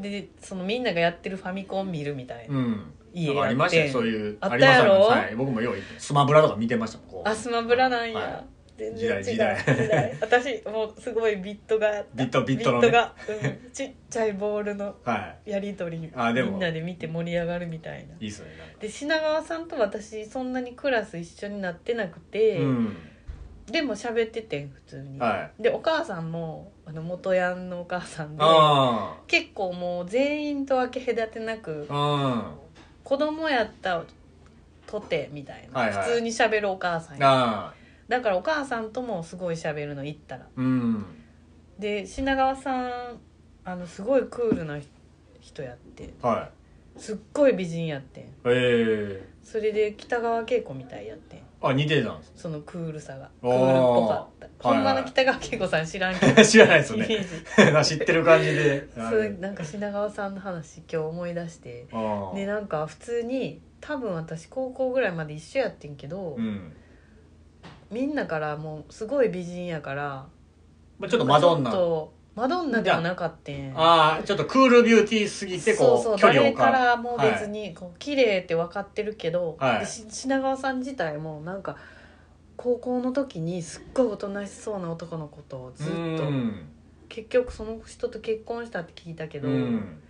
Speaker 2: い
Speaker 1: でそのみんながやってるファミコン見るみたいな、
Speaker 2: うん
Speaker 1: 家
Speaker 2: なんかあり
Speaker 1: や
Speaker 2: ま
Speaker 1: っ
Speaker 2: したよ
Speaker 1: て
Speaker 2: そういう
Speaker 1: あった
Speaker 2: りました
Speaker 1: やろ
Speaker 2: はい僕もよう行ってスマブラとか見てましたもんこう
Speaker 1: あスマブラなんや、
Speaker 2: はい
Speaker 1: 全
Speaker 2: 時
Speaker 1: 然違
Speaker 2: 代
Speaker 1: う
Speaker 2: 時代
Speaker 1: 時代私もうすごいビットがあった
Speaker 2: ビットビットのね
Speaker 1: が、うん、ちっちゃいボールの
Speaker 2: は
Speaker 1: やり取り
Speaker 2: あでも
Speaker 1: みんなで見て盛り上がるみたいない
Speaker 2: いいっすねなんか
Speaker 1: で品川さんと私そんなにクラス一緒になってなくて、
Speaker 2: うん
Speaker 1: でも喋っててん普通に、
Speaker 2: は
Speaker 1: でお母さんもあの元ヤンのお母さんで
Speaker 2: あ
Speaker 1: 結構もう全員と分け隔てなく
Speaker 2: あうん
Speaker 1: 子供やったとてみたいな、
Speaker 2: はいはい
Speaker 1: 普通に喋るお母さんや
Speaker 2: ああ
Speaker 1: だからお母さんともすごい喋るの行ったら
Speaker 2: うん
Speaker 1: で品川さんあのすごいクールな人やって
Speaker 2: はい
Speaker 1: すっごい美人やってん
Speaker 2: ええ
Speaker 1: それで北川景子みたいやってん
Speaker 2: あ似てたんです
Speaker 1: そのクールさがク
Speaker 2: おー
Speaker 1: ールっぽかったほ
Speaker 2: はいはい
Speaker 1: んまの北川景子さん知らんけど
Speaker 2: 知らないですよ
Speaker 1: イメ
Speaker 2: ね
Speaker 1: ージ
Speaker 2: 知ってる感じであ
Speaker 1: そうなんか品川さんの話今日思い出して
Speaker 2: あ
Speaker 1: でなんか普通に多分私高校ぐらいまで一緒やってんけど、
Speaker 2: うん
Speaker 1: みんなからもうすごい美人やから
Speaker 2: まあちょっとマドンナ
Speaker 1: ちょっとマドンナではなかったん
Speaker 2: ああちょっとクールビューティーすぎてこう
Speaker 1: そうそう
Speaker 2: 距離を
Speaker 1: 誰
Speaker 2: 置か
Speaker 1: からも別にこう綺麗って分かってるけど、
Speaker 2: はい
Speaker 1: でし品川さん自体もなんか高校の時にすっごいおとなしそうな男の子とずっと
Speaker 2: うん
Speaker 1: 結局その人と結婚したって聞いたけど、
Speaker 2: うん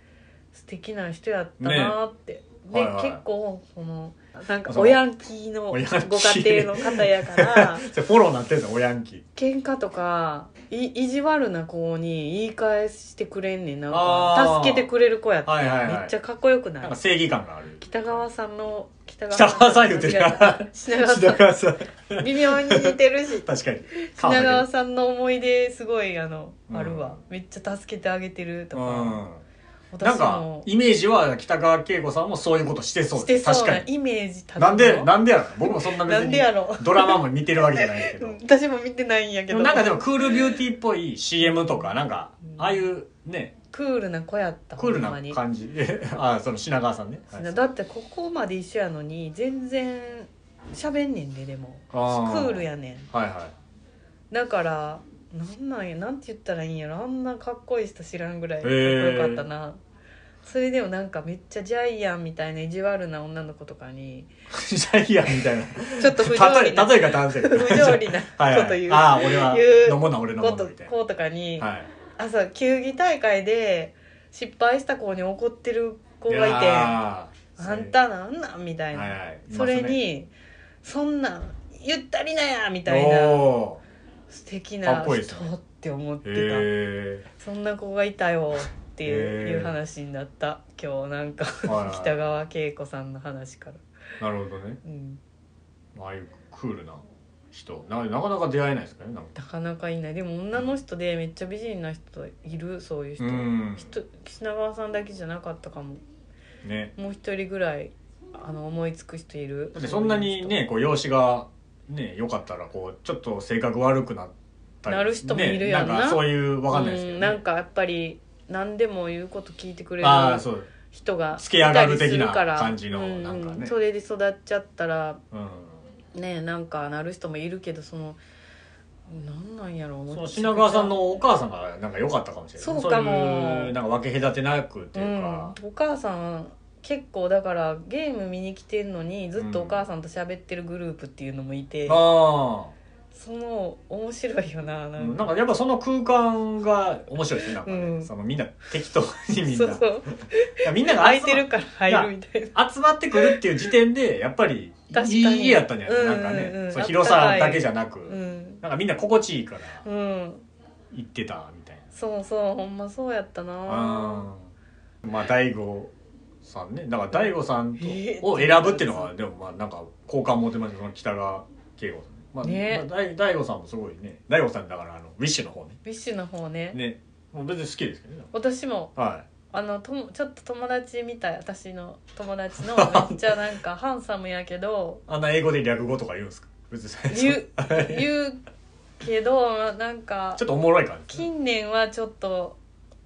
Speaker 1: 素敵な人やったなーって、
Speaker 2: ね
Speaker 1: で、
Speaker 2: はいはい
Speaker 1: 結構そのなんかおヤンキーの
Speaker 2: おヤンキー
Speaker 1: ご家庭の方やから
Speaker 2: それフォローなってんのおやんき
Speaker 1: 喧嘩とかい意地悪な子に言い返してくれんねんなん
Speaker 2: あ
Speaker 1: か
Speaker 2: ー
Speaker 1: 助けてくれる子やったら、
Speaker 2: はいはいはい
Speaker 1: めっちゃかっこよくな
Speaker 2: な
Speaker 1: い
Speaker 2: んか正義感がある
Speaker 1: 北川さんの北
Speaker 2: 北川さん言ってる
Speaker 1: 品川
Speaker 2: 品
Speaker 1: さ
Speaker 2: 川さん
Speaker 1: ん微妙に似てるし
Speaker 2: 確かに
Speaker 1: 品川
Speaker 2: さ
Speaker 1: さんの思い出すごいあの、
Speaker 2: うん
Speaker 1: あるわめっちゃ助けてあげてるとか、
Speaker 2: うん、なん
Speaker 1: 私
Speaker 2: か
Speaker 1: も
Speaker 2: イメージは北川景子さんもそういうことしてそう
Speaker 1: して
Speaker 2: です
Speaker 1: そう
Speaker 2: 確
Speaker 1: な
Speaker 2: かに
Speaker 1: イメージた
Speaker 2: なんでなんでやろ僕もそんな別
Speaker 1: なん
Speaker 2: に
Speaker 1: でやろ
Speaker 2: ドラマも見てるわけじゃないで
Speaker 1: う
Speaker 2: すけど
Speaker 1: ん私も見てないんやけ
Speaker 2: で
Speaker 1: ど
Speaker 2: もなんかでもクールビューティーっぽい CM とかなんか
Speaker 1: うん
Speaker 2: ああいうね
Speaker 1: クールな子やった
Speaker 2: クール
Speaker 1: ほんま
Speaker 2: な
Speaker 1: に
Speaker 2: 感じ ああその品川さんね、はい
Speaker 1: だってここまで一緒やのに全然喋んねんででもク
Speaker 2: あー
Speaker 1: ールやね
Speaker 2: はいは
Speaker 1: んだからなんなんやなんて言ったらいいんやろあんなかっこいい人知らんぐらい
Speaker 2: へ
Speaker 1: かっこ
Speaker 2: ー
Speaker 1: よかったな、それでもなんかめっちゃジャイアンみたいな意地悪な女の子とかに
Speaker 2: い ジャイアンみたいな
Speaker 1: ちょっと不条理
Speaker 2: 例え
Speaker 1: な
Speaker 2: 例えが男性
Speaker 1: 不条理な
Speaker 2: はい
Speaker 1: こと
Speaker 2: はい
Speaker 1: 言う
Speaker 2: ああ俺は
Speaker 1: 言う
Speaker 2: 飲むな俺飲む
Speaker 1: 子
Speaker 2: な
Speaker 1: と
Speaker 2: みたい
Speaker 1: 子とかに、
Speaker 2: なはい
Speaker 1: 朝球技大会で失敗した子に怒ってる子がいて
Speaker 2: やー
Speaker 1: あんたなんなんみた
Speaker 2: はいい
Speaker 1: な、
Speaker 2: はい
Speaker 1: それ
Speaker 2: い
Speaker 1: に、そんなんゆったりなやみ
Speaker 2: ます
Speaker 1: た
Speaker 2: ね
Speaker 1: いな
Speaker 2: お
Speaker 1: 素敵
Speaker 2: か
Speaker 1: な
Speaker 2: っこいいです
Speaker 1: 人
Speaker 2: ね
Speaker 1: って思って
Speaker 2: ー
Speaker 1: た、
Speaker 2: へ
Speaker 1: そんな子がいたよっていう,、
Speaker 2: へー
Speaker 1: いう話になった今日なんか
Speaker 2: えはいはい
Speaker 1: 北川景子さんの話から、
Speaker 2: なるほどね
Speaker 1: うん、
Speaker 2: ああいうクールな人ななかなか出会えないですからねなんか
Speaker 1: なかなかいないでも女の人でめっちゃ美人な人いるそういう人,、
Speaker 2: うん
Speaker 1: 人品川さんだけじゃなかったかも
Speaker 2: ね
Speaker 1: もう一人ぐらいあの思いつく人いる
Speaker 2: だってそんなにねこう容姿がね良かったらこうちょっと性格悪くなったり
Speaker 1: なる人もいるやんな
Speaker 2: ね、なんかそういうわかんないですけ
Speaker 1: う
Speaker 2: ど、
Speaker 1: ん
Speaker 2: ね、
Speaker 1: なんかやっぱり何でも言うこと聞いてくれる
Speaker 2: ああそう
Speaker 1: 人が
Speaker 2: つけ上がる的ない
Speaker 1: たりすから
Speaker 2: 感じの
Speaker 1: う
Speaker 2: なんかね
Speaker 1: それで育っちゃったら
Speaker 2: うん
Speaker 1: ねなんかなる人もいるけどそのなんなんやろう
Speaker 2: その品川さんのお母さんがなんか良かったかもしれない
Speaker 1: そうかも
Speaker 2: いうなんか分け隔てなくって
Speaker 1: う
Speaker 2: いうんか、
Speaker 1: お母さん結構だからゲーム見に来てんのにずっとお母さんと喋ってるグループっていうのもいて、
Speaker 2: ああ
Speaker 1: その面白いよなな
Speaker 2: うんん
Speaker 1: か、
Speaker 2: なんかやっぱその空間が面白いですねなんかね、
Speaker 1: うん
Speaker 2: そのみんな適当にみんな
Speaker 1: そうそう
Speaker 2: いやみんなが
Speaker 1: 空
Speaker 2: 空
Speaker 1: い
Speaker 2: い
Speaker 1: て
Speaker 2: て
Speaker 1: る
Speaker 2: る
Speaker 1: から入るみたいな
Speaker 2: 集まってくるっていう時点でやっぱり
Speaker 1: 確か
Speaker 2: い
Speaker 1: に
Speaker 2: い家やったんじゃない、
Speaker 1: うんうんうん
Speaker 2: なんかねそ
Speaker 1: あったか
Speaker 2: の
Speaker 1: い
Speaker 2: 広さだけじゃなく、
Speaker 1: うん
Speaker 2: なんかみんな心地いいから
Speaker 1: うん
Speaker 2: 行ってたみたいな
Speaker 1: そうそうほんまそうやったな
Speaker 2: うんまあ大悟さんねだから大悟さんと
Speaker 1: えー
Speaker 2: を選ぶっていうのはでもまあなんか好感持てますよその北川景子さんまあ、
Speaker 1: ね
Speaker 2: まあ大大悟さんもすごいね大悟さんだからあのウィッシュの方ね
Speaker 1: ビッシュの方ね
Speaker 2: ねもう別に好きですけどね
Speaker 1: 私も
Speaker 2: は
Speaker 1: あのともちょっと友達みたい私の友達 のめっちゃなんかハンサムやけど
Speaker 2: いあんな英語で略語とか言うんですか別に最初
Speaker 1: 言う言うけどなんか
Speaker 2: ちょっとおもろい感じ
Speaker 1: 近年はちょっと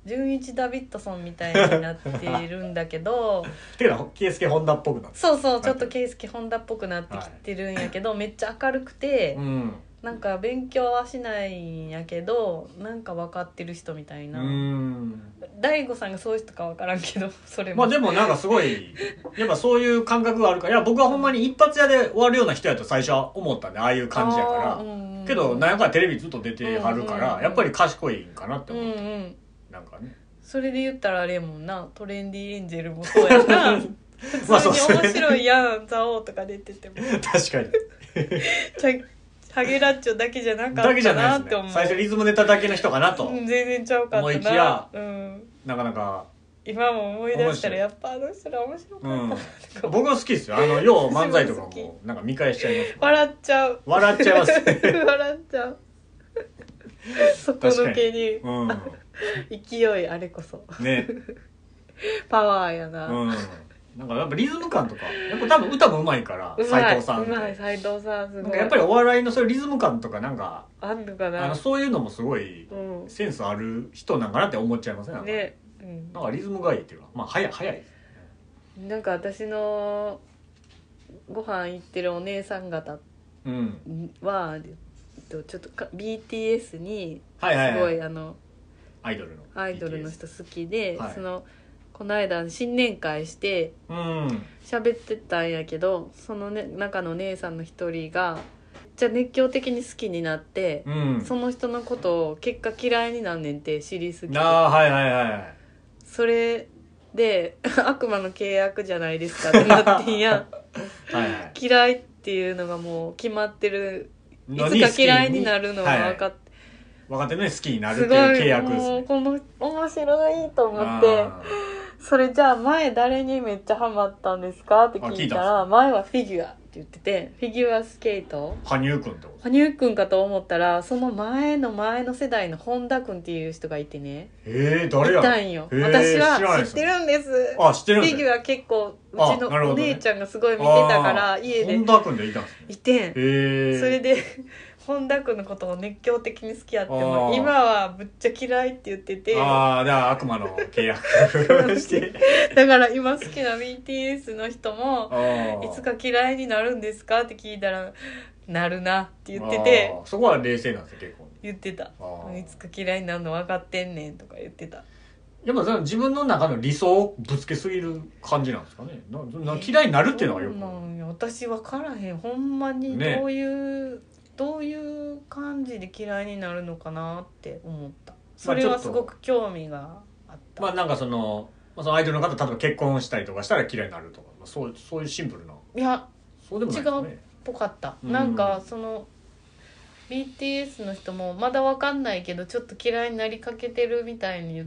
Speaker 1: 純一ダビッドソンみたいになっているんだけ ど
Speaker 2: ていうか圭介ホンダっぽくなって
Speaker 1: そうそうちょっと圭介本田っぽくなってきてるんやけど、めっちゃ明るくて、
Speaker 2: うん
Speaker 1: なんか勉強はしないんやけどなんか分かってる人みたいうな、
Speaker 2: ん
Speaker 1: 大悟さんがそういう人か分からんけどそれも、
Speaker 2: まあでもなんかすごいやっぱそういう感覚があるからいや僕はほんまに一発屋で終わるような人やと最初は思ったんでああいう感じやから、
Speaker 1: あーうんうん
Speaker 2: けどなんやかんやテレビずっと出てはるから、
Speaker 1: うんうん
Speaker 2: やっぱり賢いんかなって
Speaker 1: うん
Speaker 2: 思う、
Speaker 1: うん
Speaker 2: なんかね
Speaker 1: それで言ったらあれやもんなトレンディエンジェルもそうやな
Speaker 2: ま
Speaker 1: 普
Speaker 2: あそう
Speaker 1: 通に面
Speaker 2: そ
Speaker 1: 白いやん「ザオとか出てても
Speaker 2: 確かに
Speaker 1: ちゃハゲラッチョだけじゃなか
Speaker 2: だ
Speaker 1: っ
Speaker 2: けじ
Speaker 1: た
Speaker 2: ゃな
Speaker 1: ないっ
Speaker 2: で
Speaker 1: て
Speaker 2: す
Speaker 1: 思
Speaker 2: ね
Speaker 1: う
Speaker 2: 最初リズムネタだけの人かなと、
Speaker 1: うん全然ちゃうか
Speaker 2: 思い
Speaker 1: っ
Speaker 2: き
Speaker 1: た
Speaker 2: や
Speaker 1: な、うん、
Speaker 2: なかなか
Speaker 1: 今も思い出したらやっぱあの人ら面白
Speaker 2: う
Speaker 1: かっ
Speaker 2: ん
Speaker 1: た、とか
Speaker 2: 僕は好きですよあのよう漫才とか
Speaker 1: 私も
Speaker 2: もなんか見返しちゃいます
Speaker 1: 笑っちゃう
Speaker 2: 笑っちゃいます
Speaker 1: 笑っち ゃうそこのけに
Speaker 2: う
Speaker 1: 勢いあれこそ
Speaker 2: んね
Speaker 1: パワーやな、う
Speaker 2: うんなんかやっぱリズム感とかやっぱ多分歌もうまいから
Speaker 1: まい
Speaker 2: 斉藤さん
Speaker 1: うまい斉藤さんす
Speaker 2: な
Speaker 1: ご
Speaker 2: ん
Speaker 1: い
Speaker 2: かやっぱりお笑いのそういうリズム感とかなんか
Speaker 1: あんのか
Speaker 2: あ
Speaker 1: な
Speaker 2: のそういうのもすごい
Speaker 1: うん
Speaker 2: センスある人なんかなって思っちゃいますねなんか
Speaker 1: ね、うん
Speaker 2: なんかリズムがいいっていうかまあ早い早いです
Speaker 1: なんか私のご飯行ってるお姉さん方
Speaker 2: うん
Speaker 1: はえっとちょっとか BTS に
Speaker 2: はいは
Speaker 1: す
Speaker 2: い、
Speaker 1: ご
Speaker 2: はい、
Speaker 1: いあの
Speaker 2: アイドルの
Speaker 1: アイドルの人好きで、
Speaker 2: はい
Speaker 1: そのこの間新年会して
Speaker 2: うん
Speaker 1: 喋ってたんやけどその、ね、中のお姉さんの一人がめっちゃ熱狂的に好きになって、
Speaker 2: うん
Speaker 1: その人のことを結果嫌いになんねんって知りすぎて
Speaker 2: ああはいはいはい
Speaker 1: それで「悪魔の契約じゃないですか」ってなってんや
Speaker 2: はいはい
Speaker 1: 嫌いっていうのがもう決まってるい
Speaker 2: の
Speaker 1: つ
Speaker 2: に
Speaker 1: か
Speaker 2: 好き
Speaker 1: 嫌いになるのは分かって、
Speaker 2: 若手のに好きになるっ
Speaker 1: す
Speaker 2: て
Speaker 1: ご
Speaker 2: いう契
Speaker 1: い
Speaker 2: 約です
Speaker 1: もう
Speaker 2: ね
Speaker 1: この面白いと思って
Speaker 2: あ
Speaker 1: それじゃあ前誰にめっちゃハマったんですかって聞いたら前はフィギュアって言っててフィギュアスケート
Speaker 2: ー羽生君ってこと
Speaker 1: 羽生くんかと思ったらその前の前の世代の本田くんっていう人がいてね
Speaker 2: えー、
Speaker 1: い
Speaker 2: 誰や
Speaker 1: た
Speaker 2: ろ
Speaker 1: んよ
Speaker 2: へー
Speaker 1: 私
Speaker 2: 知らない
Speaker 1: は
Speaker 2: で
Speaker 1: 知っ
Speaker 2: す
Speaker 1: てるんです
Speaker 2: あ知ってるん
Speaker 1: フ
Speaker 2: で
Speaker 1: ィ
Speaker 2: す
Speaker 1: ギ
Speaker 2: ね
Speaker 1: ュア結構うち
Speaker 2: あなる
Speaker 1: のお
Speaker 2: ほどね
Speaker 1: 姉ちゃんがすごい見てたから
Speaker 2: あー
Speaker 1: 家で
Speaker 2: 本田君でいたんですね
Speaker 1: いてん
Speaker 2: へえ
Speaker 1: それで本田君のことを熱狂的に好きやっても
Speaker 2: あー
Speaker 1: 今はぶっちゃ嫌いって言っててだ
Speaker 2: ああだから悪魔の契約して
Speaker 1: から今好きな BTS の人も
Speaker 2: あ
Speaker 1: 「
Speaker 2: ー
Speaker 1: いつか嫌いになるんですか?」って聞いたら「なるな」って言ってて
Speaker 2: あーそこは冷静なんですよ結構
Speaker 1: 言ってた
Speaker 2: あ
Speaker 1: 「
Speaker 2: ー
Speaker 1: いつか嫌いになるの分かってんねん」とか言ってた
Speaker 2: やっぱその自分の中の理想をぶつけすぎる感じなんですかねなな嫌いになるっていうのがよく
Speaker 1: そうなんよ私分からへんほんまに
Speaker 2: ね
Speaker 1: どういう、どういう感じで嫌いになるのかなって思ったそれはすごく興味があった、
Speaker 2: まあなんかそのまあそのアイドルの方例えば結婚したりとかしたら嫌いになるとか、まあ、そうそういうシンプルない
Speaker 1: や
Speaker 2: そうでもないですね
Speaker 1: ぽかった、
Speaker 2: うん
Speaker 1: なんかその BTS の人もまだわかんないけどちょっと嫌いになりかけてるみたいに言っ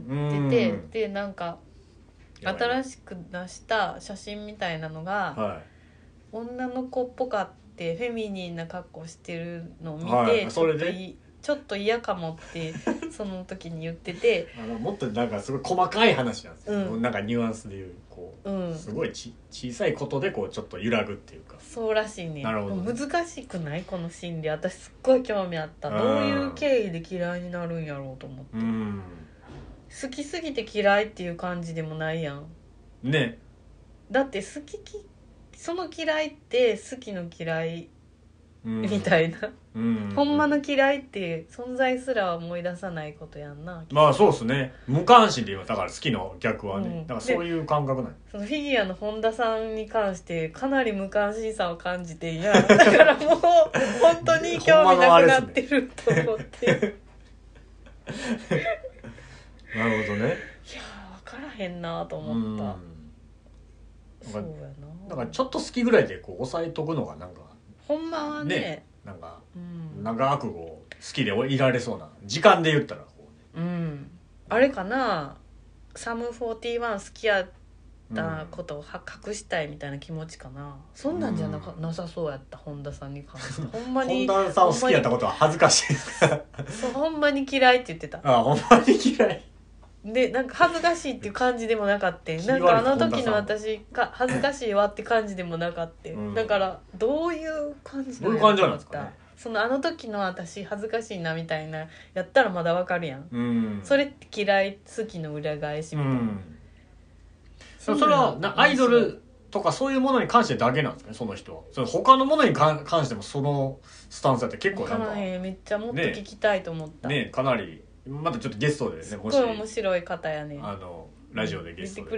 Speaker 1: てて、
Speaker 2: うん
Speaker 1: でなんか
Speaker 2: やばい
Speaker 1: 新しく出した写真みたいなのが、
Speaker 2: は
Speaker 1: 女の子っぽかってフェミニンな格好してるのを見て、
Speaker 2: は
Speaker 1: ち
Speaker 2: い
Speaker 1: ょ
Speaker 2: そ
Speaker 1: っ
Speaker 2: れ
Speaker 1: と
Speaker 2: で
Speaker 1: いちょっと嫌かもって その時に言ってて、
Speaker 2: いあのもっとなんかすごい細かい話なんですよ、
Speaker 1: うん
Speaker 2: なんかニュアンスでいうこ
Speaker 1: う、
Speaker 2: うんすごいち小さいことでこうちょっと揺らぐっていうか
Speaker 1: そうらしいね
Speaker 2: なるほどね
Speaker 1: もう難しくないこの心理私すっごい興味あった
Speaker 2: うん
Speaker 1: どういう経緯で嫌いになるんやろうと思って
Speaker 2: うん
Speaker 1: 好きすぎて嫌いっていう感じでもないやん
Speaker 2: ね
Speaker 1: だって好ききその嫌いって好きの嫌い
Speaker 2: うん
Speaker 1: みたいな、
Speaker 2: うん
Speaker 1: ほんまの嫌いって存在すら思い出さないことやんな
Speaker 2: まあそうですね無関心で今だから好きの逆はね、
Speaker 1: うん
Speaker 2: だからそういう感覚ない
Speaker 1: そのフィギュアの本田さんに関してかなり無関心さを感じて いやだからもう本当に興味なくなってると思って、いや
Speaker 2: なるほどね
Speaker 1: 分からへんなと
Speaker 2: う
Speaker 1: 思
Speaker 2: ん
Speaker 1: っ
Speaker 2: だ
Speaker 1: た
Speaker 2: な
Speaker 1: そ
Speaker 2: ん
Speaker 1: う
Speaker 2: か
Speaker 1: やな
Speaker 2: からちょっと好きぐらいでこう抑えとくのがなんか
Speaker 1: ほんまはね
Speaker 2: ねなんか
Speaker 1: うん、
Speaker 2: 長くこう好きでいられそうな時間で言ったらこうね
Speaker 1: うん、あれかなサム41好きやっ
Speaker 2: うん
Speaker 1: たことをは隠したいみたいな気持ちかなそんなんじゃなか、
Speaker 2: うん
Speaker 1: なさそうやった本田さんに関 してほんまに
Speaker 2: 本田さんを好きやったことは恥ずかしいですから
Speaker 1: そうほんまに嫌いって言ってた
Speaker 2: あほんまに嫌い
Speaker 1: でなんか恥ずかしいっていう感じでもなかった
Speaker 2: 気
Speaker 1: な
Speaker 2: 悪
Speaker 1: ん
Speaker 2: い
Speaker 1: かあの時
Speaker 2: 本田さ
Speaker 1: の
Speaker 2: ん
Speaker 1: 私が恥ずかしいわって感じでもなかった、
Speaker 2: うん
Speaker 1: だからどういう感じ
Speaker 2: どういう
Speaker 1: やろ
Speaker 2: 感じなんですかね
Speaker 1: そのあの時の私恥ずかしいなみたいなやったらまだわかるやん、
Speaker 2: うん
Speaker 1: それって嫌い好きの裏返し
Speaker 2: う
Speaker 1: みたいな、
Speaker 2: んそれはなアイドルとかそういうものに関してだけなんですかねその人はそれ他のものにかん関してもそのスタンスだって結
Speaker 1: 分
Speaker 2: 構
Speaker 1: か
Speaker 2: なん
Speaker 1: ら
Speaker 2: か
Speaker 1: へんめっちゃもっと聞きたいと思った、
Speaker 2: ねかなりまたちょっとゲストでね
Speaker 1: すっ
Speaker 2: も
Speaker 1: ご
Speaker 2: し
Speaker 1: い面白い方やね
Speaker 2: あのラジオでゲス
Speaker 1: 出
Speaker 2: ト
Speaker 1: てく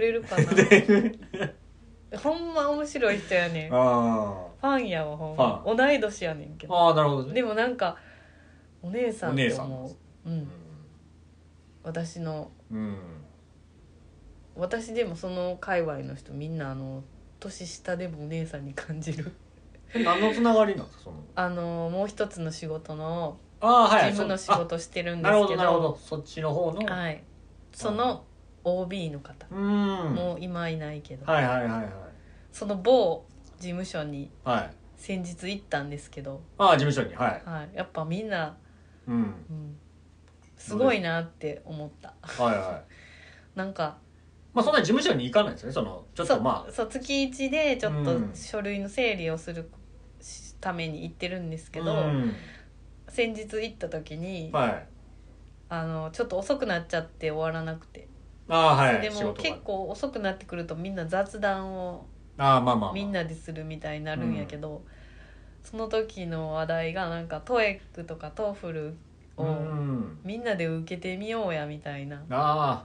Speaker 2: で
Speaker 1: れるか なほんま面白い人やねんフ
Speaker 2: あ
Speaker 1: ァンやわほんま
Speaker 2: フ
Speaker 1: 同い年やねんけ
Speaker 2: ー
Speaker 1: ど
Speaker 2: あーなるほどね
Speaker 1: でもなんかお姉さん
Speaker 2: お姉
Speaker 1: と
Speaker 2: さんなんで
Speaker 1: も
Speaker 2: す
Speaker 1: う、ん、私の
Speaker 2: うん、うん
Speaker 1: 私でもその界隈の人みんなあの年下でもお姉さんに感じる
Speaker 2: え何のつながりなんですかその
Speaker 1: あのもう一つの仕事の
Speaker 2: あー
Speaker 1: 事
Speaker 2: はい
Speaker 1: 務の仕
Speaker 2: そ
Speaker 1: 事してる
Speaker 2: あ
Speaker 1: んで
Speaker 2: なる
Speaker 1: す
Speaker 2: ほ
Speaker 1: け
Speaker 2: ど
Speaker 1: ど
Speaker 2: なるほどそっちの方の
Speaker 1: はいその OB の方、
Speaker 2: うん
Speaker 1: もう今いないけど、
Speaker 2: はいはいはいはい
Speaker 1: その某事務所に
Speaker 2: はい
Speaker 1: 先日行ったんですけど、
Speaker 2: ああ事務所にはい、
Speaker 1: はい、やっぱみんな、
Speaker 2: うん、
Speaker 1: うん、すごいなって思った
Speaker 2: はいはい
Speaker 1: なんか
Speaker 2: まあそんな事務所に行かないですよねそのちょっとま
Speaker 1: そうそう月1でちょっと
Speaker 2: うん
Speaker 1: 書類の整理をするしために行ってるんです
Speaker 2: あ
Speaker 1: けど、
Speaker 2: うん
Speaker 1: 先日行った時に、
Speaker 2: はい
Speaker 1: あのちょっと遅くなっちゃって終わらなくて、
Speaker 2: あーはい
Speaker 1: で
Speaker 2: 仕
Speaker 1: も
Speaker 2: 事が
Speaker 1: 結構遅くなってくるとみんな雑談を
Speaker 2: ああまあまあ、まあ、
Speaker 1: みんなでするみたいになるんやけど、その時の話題がなんか TOEIC とか TOEFL
Speaker 2: う
Speaker 1: を
Speaker 2: ん
Speaker 1: みんなで受けてみようやみたいな
Speaker 2: ああ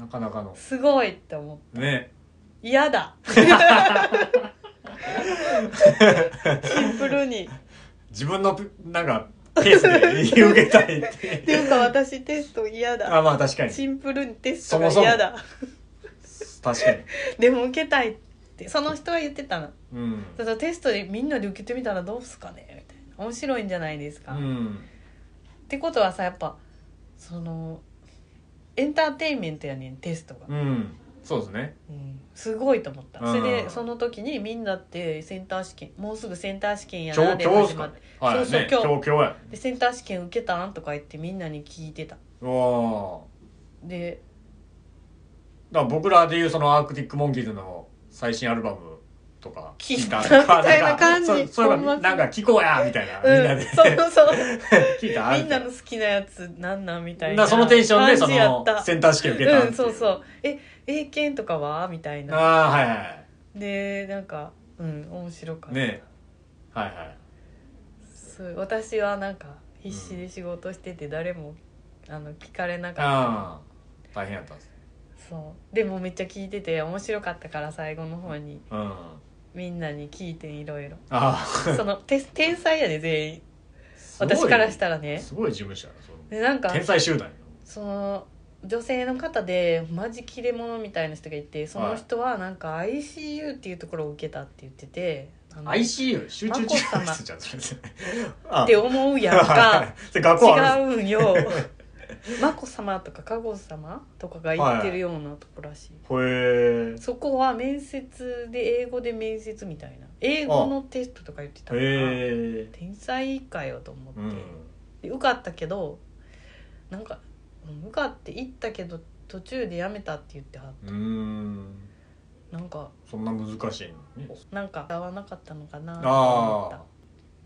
Speaker 2: なかなかの
Speaker 1: すごいって思う
Speaker 2: ね
Speaker 1: 嫌だ シンプルに
Speaker 2: 自分のなんかペースで言い受けたいっ
Speaker 1: って ていうか私テスト嫌だ
Speaker 2: あまあ確かに
Speaker 1: シンプルにテストが嫌だ
Speaker 2: 確かに
Speaker 1: でも受けたいっってその人は言ってたの
Speaker 2: うん
Speaker 1: ただテストでみんなで受けてみたらどうすかねみたいな面白いんじゃないです
Speaker 2: う
Speaker 1: か、っ
Speaker 2: ん
Speaker 1: てことはさやっぱそのエンターテインメントやねんテストが、
Speaker 2: うんそうですね
Speaker 1: うんすごいと思った、
Speaker 2: うん
Speaker 1: それでその時にみんなってセンター試験もうすぐセンター試験や
Speaker 2: 今
Speaker 1: な
Speaker 2: 日
Speaker 1: で
Speaker 2: 今日です
Speaker 1: 始
Speaker 2: か
Speaker 1: まって
Speaker 2: はい
Speaker 1: そうそう
Speaker 2: ね
Speaker 1: 今日
Speaker 2: 今日今日や
Speaker 1: でセンター試験受けたんとか言ってみんなに聞いてた
Speaker 2: うわ
Speaker 1: で
Speaker 2: ーだから僕らでいうそのアークティック・モンキーズの最新アルバムとか
Speaker 1: 聞いた
Speaker 2: とか
Speaker 1: みたいな感じ
Speaker 2: そそういえば
Speaker 1: ほんまそう
Speaker 2: なんか聞こうやみたいな、
Speaker 1: うん
Speaker 2: みんなで
Speaker 1: そうそう
Speaker 2: 聞いた
Speaker 1: みんなの好きなやつなんなんみたいな
Speaker 2: だからそのテンションでそ
Speaker 1: 感じやっ
Speaker 2: の
Speaker 1: た
Speaker 2: センター試験受けたって
Speaker 1: う
Speaker 2: い
Speaker 1: んそうそうえ英検とかはみたいな
Speaker 2: ああはいはい
Speaker 1: でなんかうん面白かった、
Speaker 2: ねはいはい
Speaker 1: そう私はなんか必死で仕事してて誰も、あの聞かれなかっ
Speaker 2: ああ大変やったんです
Speaker 1: たそうでもめっちゃ聞いてて面白かったから最後の方に
Speaker 2: うん
Speaker 1: みんなに聞いていろい ろ
Speaker 2: あ
Speaker 1: そのて天才やで全員
Speaker 2: あ
Speaker 1: 私からしたたらね
Speaker 2: すごい事務所やなその
Speaker 1: でなんか
Speaker 2: 天才集団や
Speaker 1: その女性の方でマジ切れ者みたいな人がいてその人はなんか ICU っていうところを受けたって言っててあ
Speaker 2: な
Speaker 1: の
Speaker 2: ICU 集中治
Speaker 1: 眞子
Speaker 2: 療
Speaker 1: 様
Speaker 2: 室じゃんそれあ
Speaker 1: って思うやん か
Speaker 2: それ学校あるんで
Speaker 1: 違うんよ眞子さ まとか佳子さまとかが言ってるようなとこらしい、
Speaker 2: すへえ
Speaker 1: そこは面接で英語で面接みたいな英語のテストとか言ってたから
Speaker 2: へえ
Speaker 1: 天才かよと思って、
Speaker 2: うん
Speaker 1: で受かったけどなんかうん受かって行ったけど途中でやめたって言ってはっ
Speaker 2: うーん
Speaker 1: なんか
Speaker 2: そんな難しいのね
Speaker 1: なんか合わなかったのかなと思っ
Speaker 2: あ
Speaker 1: た、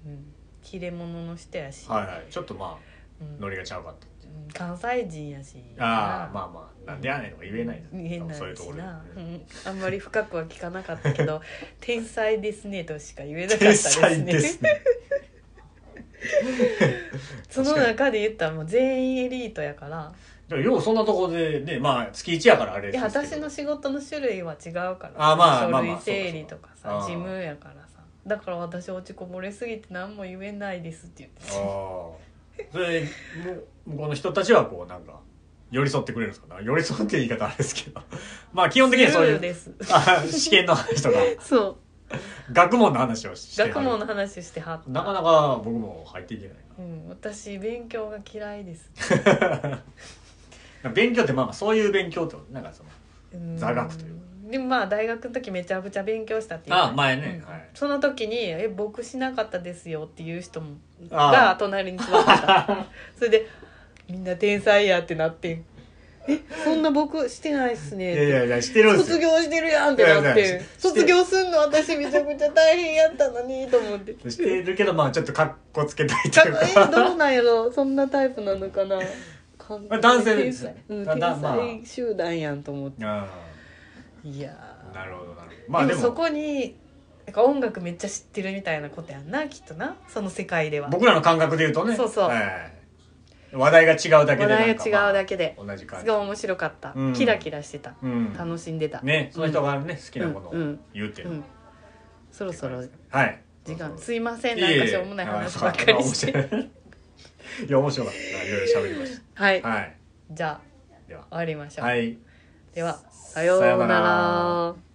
Speaker 1: うん、切れ者の人やし、
Speaker 2: あはいはいちょっとまあ
Speaker 1: うん
Speaker 2: ノリがちゃうかった
Speaker 1: うん関西人やしあ
Speaker 2: ああまあまあなんでやねんとか言えないです
Speaker 1: 言えない
Speaker 2: そういうとこ
Speaker 1: し
Speaker 2: ろで
Speaker 1: な、う
Speaker 2: ね
Speaker 1: ん、あんまり深くは聞かなかったけ ど「天才ですね」としか言えなかったで
Speaker 2: 天
Speaker 1: すね
Speaker 2: 才ですね
Speaker 1: その中で言ったらもう全員エリートやから
Speaker 2: でもようそんなとこでねまあ月一やからあれ
Speaker 1: いや
Speaker 2: ですけど
Speaker 1: 私の仕事の種類は違うから
Speaker 2: あま
Speaker 1: 書
Speaker 2: あまあま
Speaker 1: 類
Speaker 2: あ
Speaker 1: 整理とか
Speaker 2: そ
Speaker 1: さ
Speaker 2: うかそうか
Speaker 1: 事務やからさだから私落ちこぼれすぎて何も言えないですって言って
Speaker 2: ああそれむ向こうの人たちはこうなんか寄り添ってくれるんですかね寄り添って言い方あれですけど まあ基本的 にはそうい
Speaker 1: スルー
Speaker 2: う
Speaker 1: です
Speaker 2: あ 試験の話とか
Speaker 1: そう
Speaker 2: 学問の話をしてはる
Speaker 1: 学問の話をしてはった
Speaker 2: なかなか僕も入っていけない
Speaker 1: うん、私勉強が嫌いです、
Speaker 2: な勉強ってまあまあそういう勉強ってことなんかその
Speaker 1: うん
Speaker 2: 座学というか
Speaker 1: でもまあ大学の時めちゃくちゃ勉強したっていう
Speaker 2: あ前ね
Speaker 1: うん
Speaker 2: はい
Speaker 1: その時に「え僕しなかったですよ」っていう人も
Speaker 2: あ
Speaker 1: が隣に座って たそれでみんな天才やってなってんえそんな僕してないっすね
Speaker 2: い
Speaker 1: っ
Speaker 2: や
Speaker 1: て
Speaker 2: いやいやしてるんです
Speaker 1: 卒
Speaker 2: よ
Speaker 1: 業してるやんってなっ
Speaker 2: いやいや
Speaker 1: て
Speaker 2: し
Speaker 1: 卒業すんの私めちゃくちゃ大変やったのにと思ってか
Speaker 2: してるけどまあちょっとかっこつけたいという
Speaker 1: え
Speaker 2: か
Speaker 1: どうなんやろそんなタイプなのかな完全に
Speaker 2: 男性で
Speaker 1: 天
Speaker 2: す
Speaker 1: 才うん
Speaker 2: だ
Speaker 1: 天
Speaker 2: だまあ
Speaker 1: 才集団やんと思って
Speaker 2: あ
Speaker 1: いや
Speaker 2: あ
Speaker 1: ー
Speaker 2: なるほどなるほどまあで
Speaker 1: でもそ
Speaker 2: も
Speaker 1: こになんか音楽めっちゃ知ってるみたいなことやんなきっとなその世界では
Speaker 2: 僕らの感覚で言うとね
Speaker 1: そうそう
Speaker 2: はい話題が違うだけ
Speaker 1: 話
Speaker 2: で
Speaker 1: 題が違うだ
Speaker 2: け
Speaker 1: けで、
Speaker 2: 同じ感
Speaker 1: す
Speaker 2: じ
Speaker 1: ごい面白かった、
Speaker 2: うん
Speaker 1: キラキラしてた
Speaker 2: うん
Speaker 1: 楽しんでた、
Speaker 2: ねその人がね好きなものを
Speaker 1: うんうん
Speaker 2: 言うっていう
Speaker 1: う
Speaker 2: の
Speaker 1: ん、そろそろ
Speaker 2: はい
Speaker 1: 時間
Speaker 2: そうそう
Speaker 1: すいません
Speaker 2: い
Speaker 1: なん
Speaker 2: えいえ
Speaker 1: かしょうもない話ばっかりして
Speaker 2: あ面白いいや面白かったないろいろ喋りまし
Speaker 1: はい、
Speaker 2: たはい
Speaker 1: じゃ
Speaker 2: では
Speaker 1: あ終わりましょう、
Speaker 2: はい
Speaker 1: ではさよう
Speaker 2: さよう
Speaker 1: な
Speaker 2: なら
Speaker 1: ら